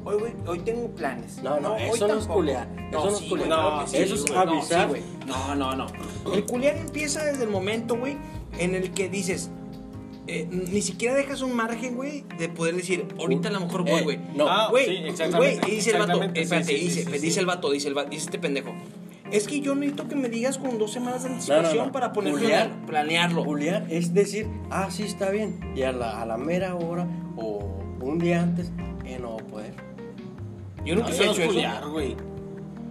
S5: Hoy, güey, hoy tengo planes.
S2: No, no,
S5: hoy
S2: eso no es
S5: tampoco.
S2: culear, eso no es
S5: güey,
S2: culear.
S5: claro que sí,
S1: Eso es
S5: güey.
S2: avisar.
S5: No, sí, güey. no, no, no. El culear empieza desde el momento, güey, en el que dices. eh, ni siquiera dejas un margen, güey, de poder decir, ahorita a lo mejor voy,
S2: Eh,
S5: güey.
S2: no.
S1: Ah,
S5: güey,
S1: sí,
S5: güey,
S1: exactamente,
S5: y dice el vato,
S1: exactamente, sí,
S5: espérate,
S1: sí, sí,
S5: dice,
S1: sí, sí.
S5: dice el vato, dice el vato, dice este pendejo. Es que yo necesito que me digas con dos semanas de anticipación
S2: no.
S5: para ponerme
S2: Culear.
S5: a planearlo.
S2: Culear es decir, ah, sí, está bien. Y a la, a la mera hora o un día antes, eh, no voy a poder.
S5: Yo
S1: No,
S5: nunca
S1: eso
S5: he
S1: no es
S5: hecho eso.
S1: culiar, güey.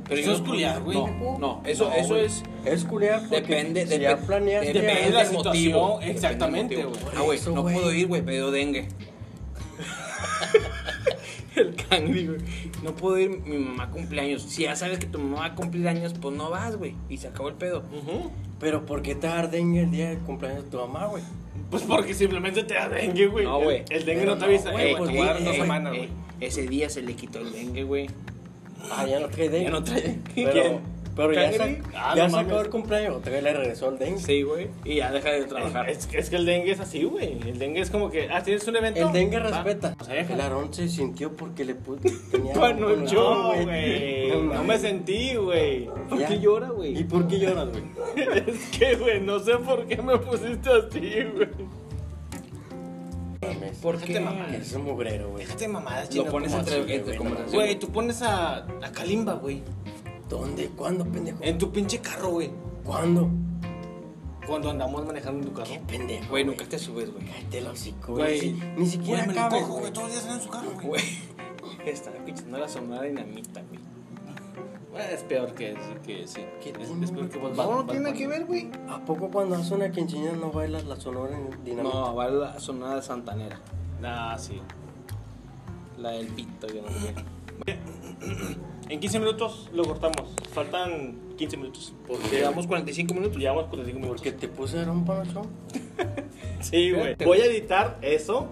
S5: Pero
S1: eso no es culiar, güey.
S5: No, no, eso,
S2: No,
S5: eso
S2: güey.
S5: es.
S2: Es culear porque
S5: Depende,
S2: si
S5: depe-
S2: ya planeaste.
S5: depende
S1: Depende de
S5: del
S1: la
S5: motivo.
S1: situación,
S5: Depende del
S1: exactamente,
S5: motivo.
S1: güey.
S5: Ah, güey,
S2: Eso,
S5: no
S2: güey.
S5: puedo ir, güey, me dio dengue. El cangri, güey. No puedo ir, mi mamá cumpleaños. Si ya sabes que tu mamá va a cumplir años, pues no vas, güey. Y se acabó el pedo.
S2: Pero ¿por qué tarde en el día del cumpleaños de tu mamá, güey?
S1: Pues porque simplemente te da dengue, güey.
S5: No, güey.
S1: El, el dengue
S2: Pero
S1: no te
S2: no,
S1: avisa,
S2: güey,
S1: eh, güey. Te voy a dar
S2: porque,
S1: dos
S2: eh,
S1: semanas,
S5: eh,
S1: güey.
S5: Ese día se le quitó el dengue, güey.
S2: Ah, ya no trae dengue.
S5: Ya no trae dengue.
S2: Pero, pero
S5: ¿Quién?
S2: ya,
S1: ¿Cangri?
S2: sac-
S1: Ah,
S2: ya
S1: no
S2: sacó
S1: mames. Eh,
S2: el cumpleaños. Otra vez le regresó el dengue.
S5: Sí, güey. Y ya deja de trabajar.
S1: Es, es que el dengue es así, güey. El dengue es como que, ah, tienes un evento.
S2: El dengue
S1: Va.
S2: respeta.
S1: O sea, deja.
S2: El Aarón se sintió porque le puso. Tenía
S1: Bueno, yo,
S2: No,
S1: güey. No me
S2: mames.
S1: sentí, güey.
S2: Ya.
S5: llora,
S2: ¿Y por qué lloras, güey?
S1: Es que, güey, no sé por qué me pusiste así, güey.
S5: ¿Por
S1: Déjate
S5: qué?
S1: mamar.
S2: Es un mugrero, güey.
S1: Déjate mamadas,
S5: Lo pones
S2: ¿cómo
S5: entre,
S2: así,
S5: entre
S2: güey?
S5: conversaciones.
S1: Güey, tú pones a, a Kalimba, güey.
S2: ¿Dónde? ¿Cuándo, pendejo?
S1: En tu pinche carro, güey.
S2: ¿Cuándo?
S1: Cuando andamos manejando en tu
S2: ¿Qué
S1: carro.
S2: pendejo?
S5: Güey, nunca te subes, güey.
S2: Cállate el hocico,
S1: Güey.
S2: güey. Ni siquiera
S1: Güey, me lo
S2: cabes,
S1: cojo,
S2: güey.
S1: güey. Todos los días ando en su carro, güey.
S5: Güey, estaba escuchando la sonora dinamita, güey.
S1: Bueno, es peor que, que sí.
S2: ¿Qué
S1: Es,
S2: tiene?
S1: es peor que vos.
S5: No, no tiene que ver, güey.
S2: ¿A poco cuando haces una quinceañera no bailas la sonora en dinamita?
S5: No, va la sonora santanera.
S1: Nah, Ah, sí.
S5: La del pito, yo no sé.
S1: En 15 minutos lo cortamos. Faltan 15 minutos.
S2: ¿Por qué?
S5: Llevamos 45 minutos.
S1: Llevamos 45 minutos.
S2: Porque te puse Aarón Panochón.
S1: Sí, güey.
S5: Espérate,
S1: Voy a editar eso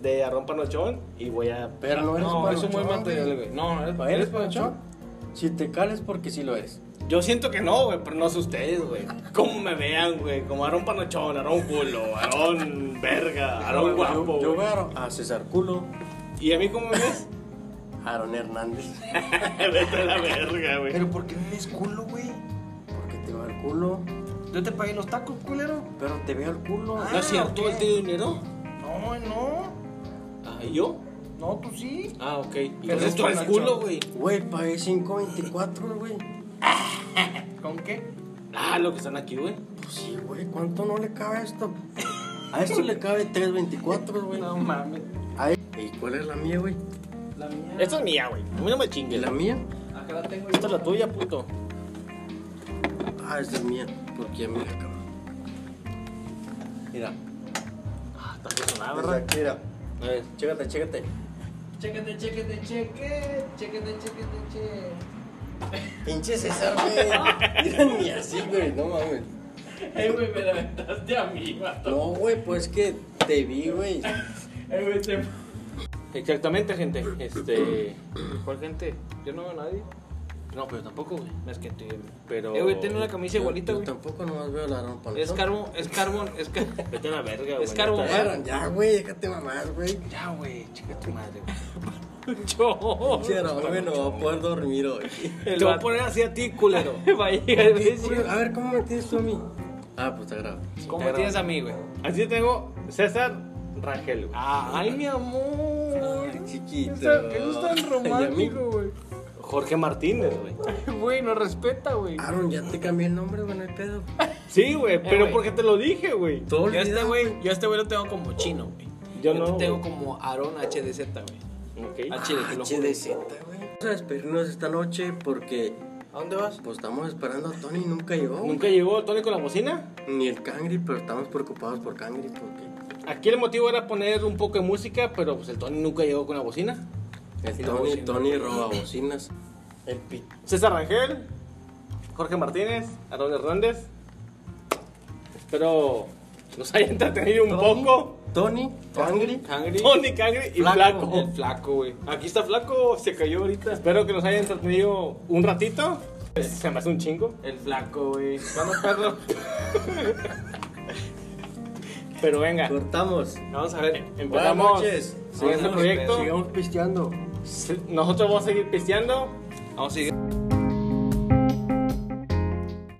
S1: de Arrón Panochón y voy a.
S2: Pero no eres
S5: No, eso es muy
S2: Panochón,
S5: material,
S2: güey.
S5: güey. No, eres,
S2: ¿Eres
S5: eres
S2: Panochón?
S5: panchón.
S2: Si te cales porque sí lo eres.
S1: Yo siento que no, güey, pero no sé ustedes, güey. ¿Cómo me vean, güey? Como Arón Panochón, Arón Culo, Arón Verga, Arón
S2: Yo-
S1: Guapo.
S2: Yo
S1: güey.
S2: veo a Aarón- a César Culo,
S1: ¿Y a mí cómo me ves?
S2: Aarón Hernández.
S1: Vete a la verga, güey.
S5: ¿por qué no es culo, güey?
S2: Porque te va el culo.
S3: Yo te pagué los tacos, culero.
S2: Pero te veo el culo.
S5: Ah.
S1: ¿No es cierto? ¿Él te dio dinero?
S5: No, no.
S1: Ah, ¿y yo?
S5: No, tú sí.
S1: Ah, ok.
S5: Pero
S1: Entonces
S5: es
S1: tú eres
S5: panochón.
S1: culo, güey.
S2: Güey, pagué 5.24, güey.
S5: ¿Con qué?
S1: Ah, lo que están aquí, güey.
S2: Pues sí, güey, ¿cuánto no le cabe a esto? A esto le cabe 3.24, güey.
S5: No mames.
S2: Ay, ¿Y cuál es la mía, güey?
S5: La mía.
S1: Esta es mía, güey. A mí no me chingues.
S2: ¿Y la mía?
S5: Acá la tengo
S1: Esta es la tuya, puto.
S2: Ah, esta es mía. Porque a mí la cabe. Mira,
S1: Ah, está personal,
S2: desde
S1: ¿verdad?
S2: aquí, mira. A ver, chécate, chécate.
S5: Chéquete, chéquete, cheque. Chéquete, chéquete, cheque.
S2: Pinche César, güey. Mira, ni así, güey, no mames.
S5: Ey, güey, me la aventaste a mí, vato.
S2: No, güey, pues que te vi, güey.
S5: Ey, güey, te...
S1: Exactamente, gente. Este. ¿Cuál gente? Yo no veo a nadie.
S2: No, pero tampoco, güey.
S1: No es que estoy. Pero.
S3: Eh, güey, tiene una camisa
S2: Yo-
S3: igualita,
S2: yo
S3: güey.
S2: Tampoco nomás veo la ropa. ¿no?
S3: Es carbón, es carbón, es carbón.
S1: Vete a la verga, güey.
S3: Es carbón.
S1: neta.
S2: Bueno, ya, güey, déjate mamar, güey.
S3: Ya, güey, chica tu madre, güey.
S1: Yo.
S2: Pinche Raúl, güey, no va a poder dormir hoy.
S3: Te voy a poner así a ti, culero.
S1: Va a llegar el bicho.
S2: A ver, ¿cómo me tienes tú a mí? Ah, pues está grave.
S3: Como me tienes a mí, güey.
S1: Así tengo César Rangel, güey.
S3: ay, mi amor.
S2: Ay, chiquito.
S3: Eso es tan romántico, güey.
S1: Jorge Martínez, güey.
S3: Güey, no respeta, güey.
S2: Aaron, ya te cambié el nombre, güey, no hay pedo.
S1: Sí, güey,
S3: Eh,
S1: pero
S3: güey.
S1: porque te lo dije, güey.
S2: Todo
S3: Yo a este
S2: olvidado.
S3: güey, yo a este güey lo tengo como chino, güey.
S1: Yo
S3: te
S1: no,
S3: tengo
S1: güey.
S3: como Aaron HDZ, güey.
S1: Ok.
S3: HD, te lo juro.
S2: HDZ, güey. Vamos a despedirnos esta noche porque
S3: ¿A dónde vas?
S2: pues estamos esperando a Tony, nunca llegó.
S1: ¿Nunca llegó Tony con la bocina?
S2: Ni el Cangri, pero estamos preocupados por Cangri porque
S1: Aquí el motivo era poner un poco de música, pero pues el Tony nunca llegó con la bocina.
S2: el
S3: Sí, la
S2: Tony,
S3: bocina.
S2: Tony roba bocinas. El pit.
S1: César Rangel, Jorge Martínez, Aaron Hernández. Espero nos haya entretenido un poco.
S2: Tony, Cangri.
S3: Hungry.
S1: Tony Cangre y
S3: Flaco.
S1: Flaco.
S3: El flaco, güey.
S1: Aquí está Flaco, se cayó ahorita. Pues, Espero que nos haya entretenido un ratito. Se me hace un chingo.
S3: El flaco, güey. Vamos, perro.
S1: Pero venga,
S2: Cortamos.
S3: Vamos a ver.
S2: Buenas
S1: empezamos.
S2: noches.
S1: Siguiente
S3: Sigamos,
S1: proyecto.
S2: Sigamos pisteando.
S1: Nosotros vamos a seguir pisteando.
S3: Vamos a seguir.